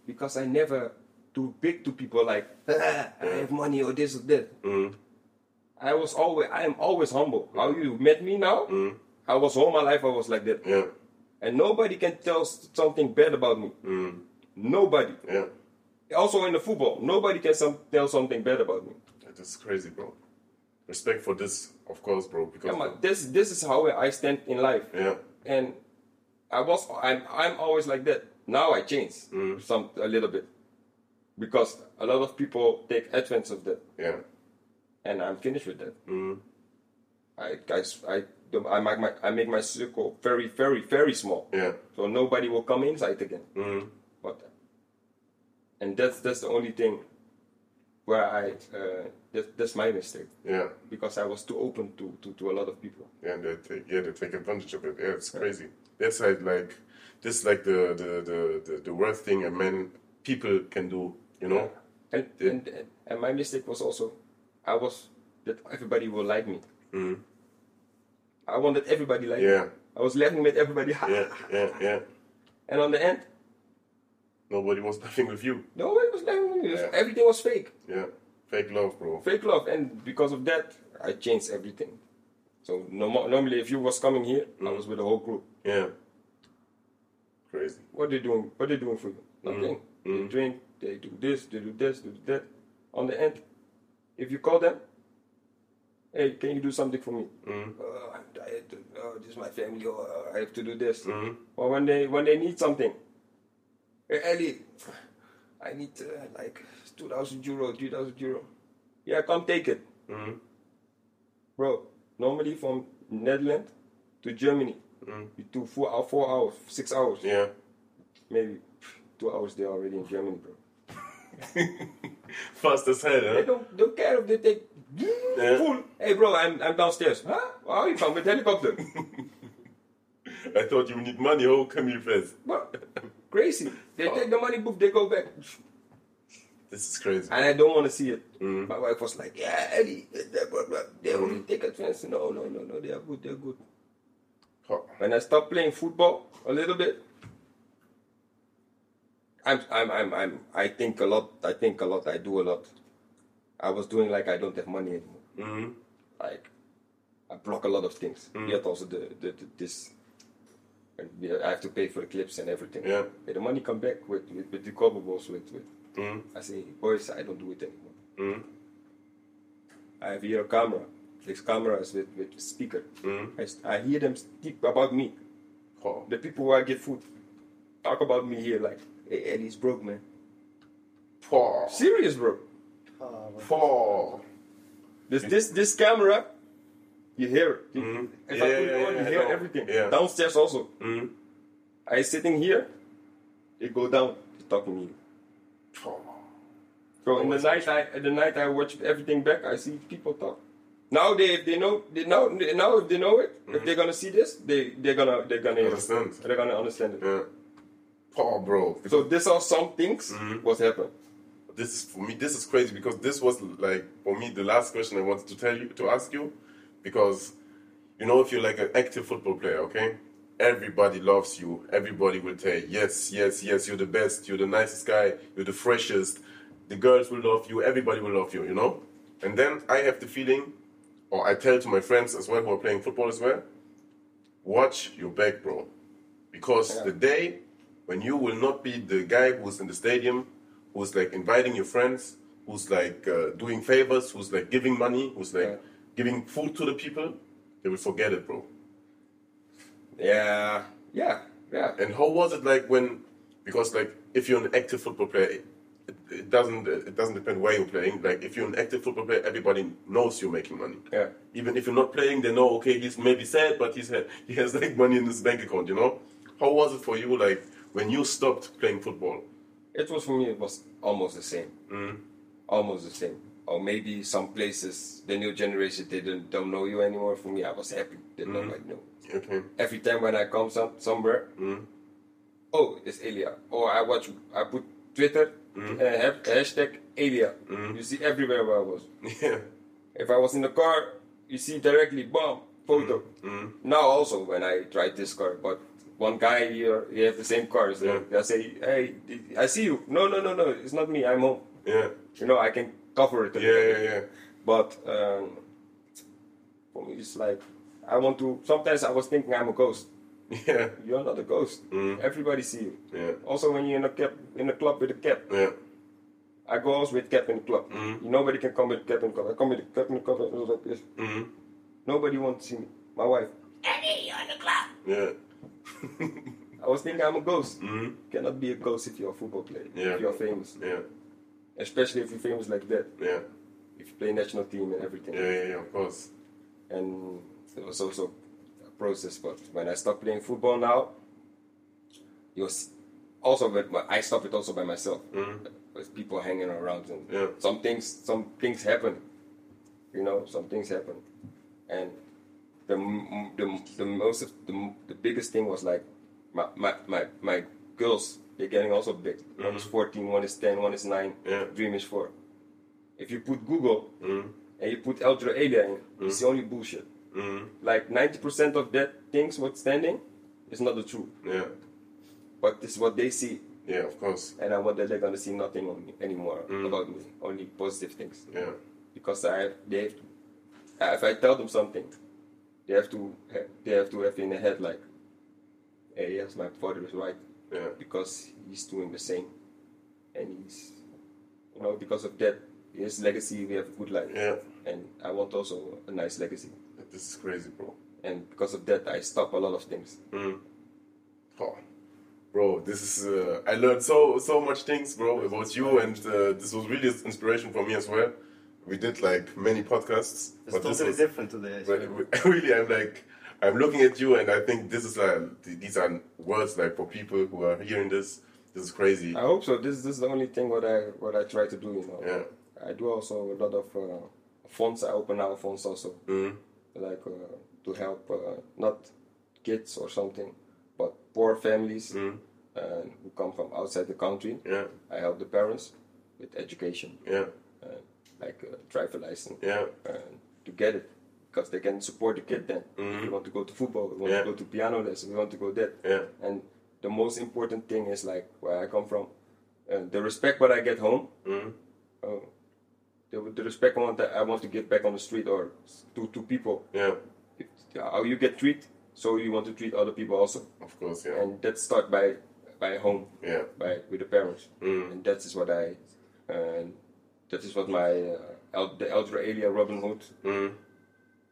Because I never do big to people like "Ah, I have money or this or that.
Mm.
I was always I am always humble. How you met me now?
Mm.
I was all my life I was like that.
yeah.
And nobody can tell s- something bad about me.
Mm.
Nobody.
Yeah.
Also in the football, nobody can some, tell something bad about me.
That is crazy, bro. Respect for this, of course, bro. Because.
Come on, this this is how I stand in life.
Yeah.
and I was I'm I'm always like that. Now I change some a little bit because a lot of people take advantage of that,
Yeah.
and I'm finished with that.
Mm-hmm.
I, I s- I do- I make my I make my circle very very very small,
Yeah.
so nobody will come inside again.
Mm-hmm.
But and that's that's the only thing where I uh, that, that's my mistake
Yeah.
because I was too open to to, to a lot of people.
Yeah, and they take yeah they take advantage of it. Yeah, it's crazy. That's like like this is like the the the the, the worst thing a man people can do. You know?
And,
Yeah.
and and- and my mistake was also, I was that everybody will like me. I wanted everybody like
Mm-hmm. Yeah.
me. I was laughing with everybody,
Yeah, yeah, yeah.
and on the end,
Nobody was laughing with you.
nobody was laughing with me.
Yeah.
Everything was fake,
Yeah, fake love, bro.
fake love, and because of that, I changed everything. So norm- normally, if you was coming here, I
Mm.
was with the whole group.
Yeah, crazy.
What they doing? What they doing for you?
Mm.
Nothing. They drink. They do this. They do this. They do that. On the end, if you call them, hey, can you do something for me?
Mm-hmm.
Uh, I'm tired. Uh, this is my family. Or uh, I have to do this.
Mm-hmm.
Or when they when they need something, hey, Ellie, I need uh, like two thousand euro, three thousand euro. Yeah, come take it,
Mm-hmm.
bro. Normally from Netherlands to Germany, you do four hour, four hours, six hours,
Mm-hmm. Yeah.
maybe two hours. They're already in Germany, bro.
Fast as hell,
They
huh?
don't don't care if they take
Yeah.
full. Hey bro, I'm I'm downstairs. Huh? How you come with helicopter?
I thought you need money. How come you fast?
Bro, crazy. They
Oh.
take the money, boop, they go back,
This is crazy.
and I don't want to see it. My wife was like, "Yeah, Eddie, blah, blah, blah. they only take a chance." No, no, no, no. They are good. They're good.
Huh.
When I stop playing football a little bit, I'm, I'm, I'm, I'm, I think a lot. I think a lot. I do a lot. I was doing like I don't have money anymore.
Mhm.
Like, I block a lot of things. Yet also the, the, the this. And we- I have to pay for the clips and everything.
Yeah.
But the money come back with with, with the cover balls with with.
Mhm.
I say, boys, I don't do it anymore.
Mhm.
I have here a camera. This camera is with with speaker.
Mhm.
I, s- I hear them speak about me
Huh.
the people who I get food talk about me here like, hey, Eddie's broke, man.
Paw.
Serious, bro.
Oh, man.
Paw.
This this this camera, you hear it. You- If I
Yeah,
put
yeah,
it on,
yeah,
you
I
hear
know.
everything.
Yeah.
Downstairs also.
Mhm.
I sitting here, they go down, they talk to me.
Paw.
Bro, in the
Always
night I at the night I watch everything back, I see people talk. Now they if they know they now now if they know it, if they're gonna see this, they they're gonna they're Mm-hmm. gonna
Understand.
They're gonna understand it.
Yeah. Paw, bro. Because
So these are some things what happened.
this is for me this is crazy because this was like for me the last question i wanted to tell you to ask you because you know if you're like an active football player okay everybody loves you everybody will tell you, yes yes yes you're the best you're the nicest guy you're the freshest the girls will love you everybody will love you you know and then i have the feeling or i tell to my friends as well who are playing football as well watch your back bro because the day when you will not be the guy who's in the stadium, who's like inviting your friends, who's like uh, doing favors, who's like giving money, who's like
Yeah.
giving food to the people, they will forget it, bro.
Yeah, yeah, yeah.
And how was it like when? Because like if you're an active football player, it, it, it doesn't it doesn't depend where you're playing. Like if you're an active football player, everybody knows you're making money.
Yeah.
Even if you're not playing, they know okay he's maybe sad, but he's ha- he has like money in his bank account. You know. How was it for you like when you stopped playing football?
It was for me. It was almost the same. Almost the same. Or maybe some places the new generation they don't don't know you anymore. For me, I was happy. They don't like no.
Okay.
Every time when I come some, somewhere,
Mm-hmm.
oh it's Elia. Or I watch. I put Twitter and I have hashtag Elia. You see everywhere where I was.
Yeah.
If I was in the car, you see directly bomb photo.
Mm-hmm.
Now also when I tried this car, but one guy here, he have the same car. So I say, hey, I see you. No, no, no, no, it's not me. I'm home.
Yeah.
You know, I can cover it. a
Yeah.
little
Yeah.
bit.
Yeah.
But um, for me, it's like I want to. Sometimes I was thinking I'm a ghost.
Yeah.
You're not a ghost. Everybody see you.
Mm-hmm. Yeah.
Also, when you're in a cap, in a club with a cap,
Yeah.
I go out with cap in the club.
Mm-hmm.
Nobody can come with cap in the club. I come with the cap in the club and it was like this.
Mhm.
Nobody wants to see me. My wife.
Yeah.
I was thinking I'm a ghost. Cannot be a ghost if you're a football player.
Mm-hmm. Yeah.
If you're famous.
Yeah.
Especially if you're famous like that.
Yeah.
If you play national team and everything.
Yeah. Yeah. Yeah. Of course.
And it was also a process. But when I stopped playing football now, it was also with my, I stopped it also by myself. With people hanging around and
Mm-hmm. Yeah.
some things some things happen. You know, some things happen. And the m- m- the, the most of- the, m- the biggest thing was like my my my, my girls they're getting also big. One is 14, one is 10, one is 9,
Mm-hmm. Yeah. Mm-hmm.
Dream is 4. If you put Google and you put Ultra Alien, it's the only bullshit.
Mhm.
Like 90% of that things what's standing is not the truth.
Yeah.
But this is what they see,
Yeah. Of course.
and I want that they're gonna see nothing on me anymore about me, only positive things.
Mm. Yeah.
Because I have, they have to, if I tell them something, they have to they have to have in their head like, hey, yes, my father is right
Yeah.
because he's doing the same, and he's, you know, because of that, his legacy, we have a good life.
Yeah,
And I want also a nice legacy.
this is crazy, bro.
And because of that, I stop a lot of things.
Oh, bro, this is uh, I learned so so much things, bro, about you, and uh, this was really inspiration for me as well. We did like many podcasts,
It's
but this
totally
was
different today. I swear.
but really, I'm like I'm looking at you, and I think this is like th- these are words like for people who are hearing this. This is crazy.
I hope so. This, this is the only thing what I what I try to do. You know,
Yeah.
I do also a lot of uh, fonts. I open our fonts also,
Mm.
like uh, to help uh, not kids or something, but poor families
Mm.
and who come from outside the country.
Yeah,
I help the parents with education,
yeah,
and like a driver license,
yeah.
and to get it because they can support the kid then.
Mhm.
We want to go to football. We want
Yeah.
to go to piano lesson. We want to go that.
Yeah.
And the most important thing is like where I come from, uh, the respect what I get home,
Mm.
uh, the, the respect I want that I want to give back on the street or s- to to people.
Yeah,
If, how you get treated, so you want to treat other people also,
of course. Yeah,
and that start by by home,
yeah.
by with the parents,
Mm.
and that is what I, and that is what my uh, El, the elder area Robin Hood.
Mm.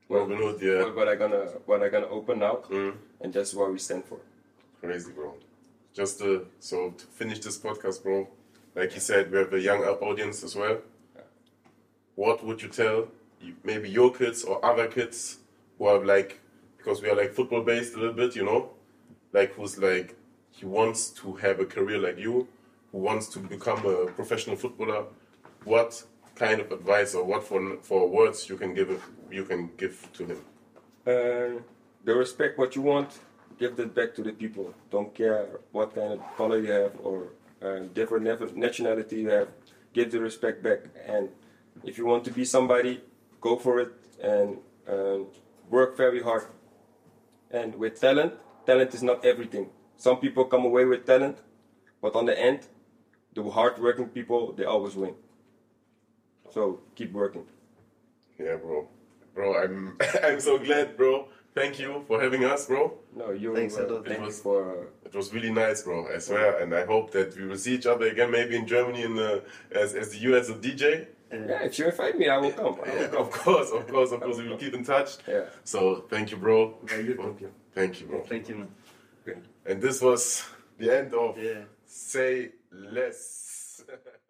Robin Hood. Yeah,
What, what I gonna what I gonna open now,
Mm.
and that's what we stand for.
crazy, bro. Just uh, so to finish this podcast, bro. Like you said, we have a young audience as well. What would you tell you- maybe your kids or other kids who are like, because we are like football based a little bit, you know, like who's like he wants to have a career like you, who wants to become a professional footballer. What kind of advice or what for for words you can give you can give to him?
Uh, they respect what you want. Give that back to the people. Don't care what kind of color you have or uh, different naf- nationality you have. Give the respect back. And if you want to be somebody, go for it and um, work very hard. And with talent, talent is not everything. Some people come away with talent, but on the end, the hardworking people they always win. So keep working.
Yeah, bro. Bro, I'm I'm so glad, bro. Thank you for having us, bro.
No, you.
Thanks a
uh,
lot.
Thank you for. Uh,
It was really nice, bro. I swear, and I hope that we will see each other again, maybe in Germany, in uh, as as you as a DJ.
Yeah, if you invite me, I will come. I will
Yeah,
come.
of course, of course, of course. We will keep in touch.
Yeah.
So thank you, bro.
Yeah, you thank you.
Thank you, bro.
Thank you, man.
And this was the end of
Yeah.
Say Less.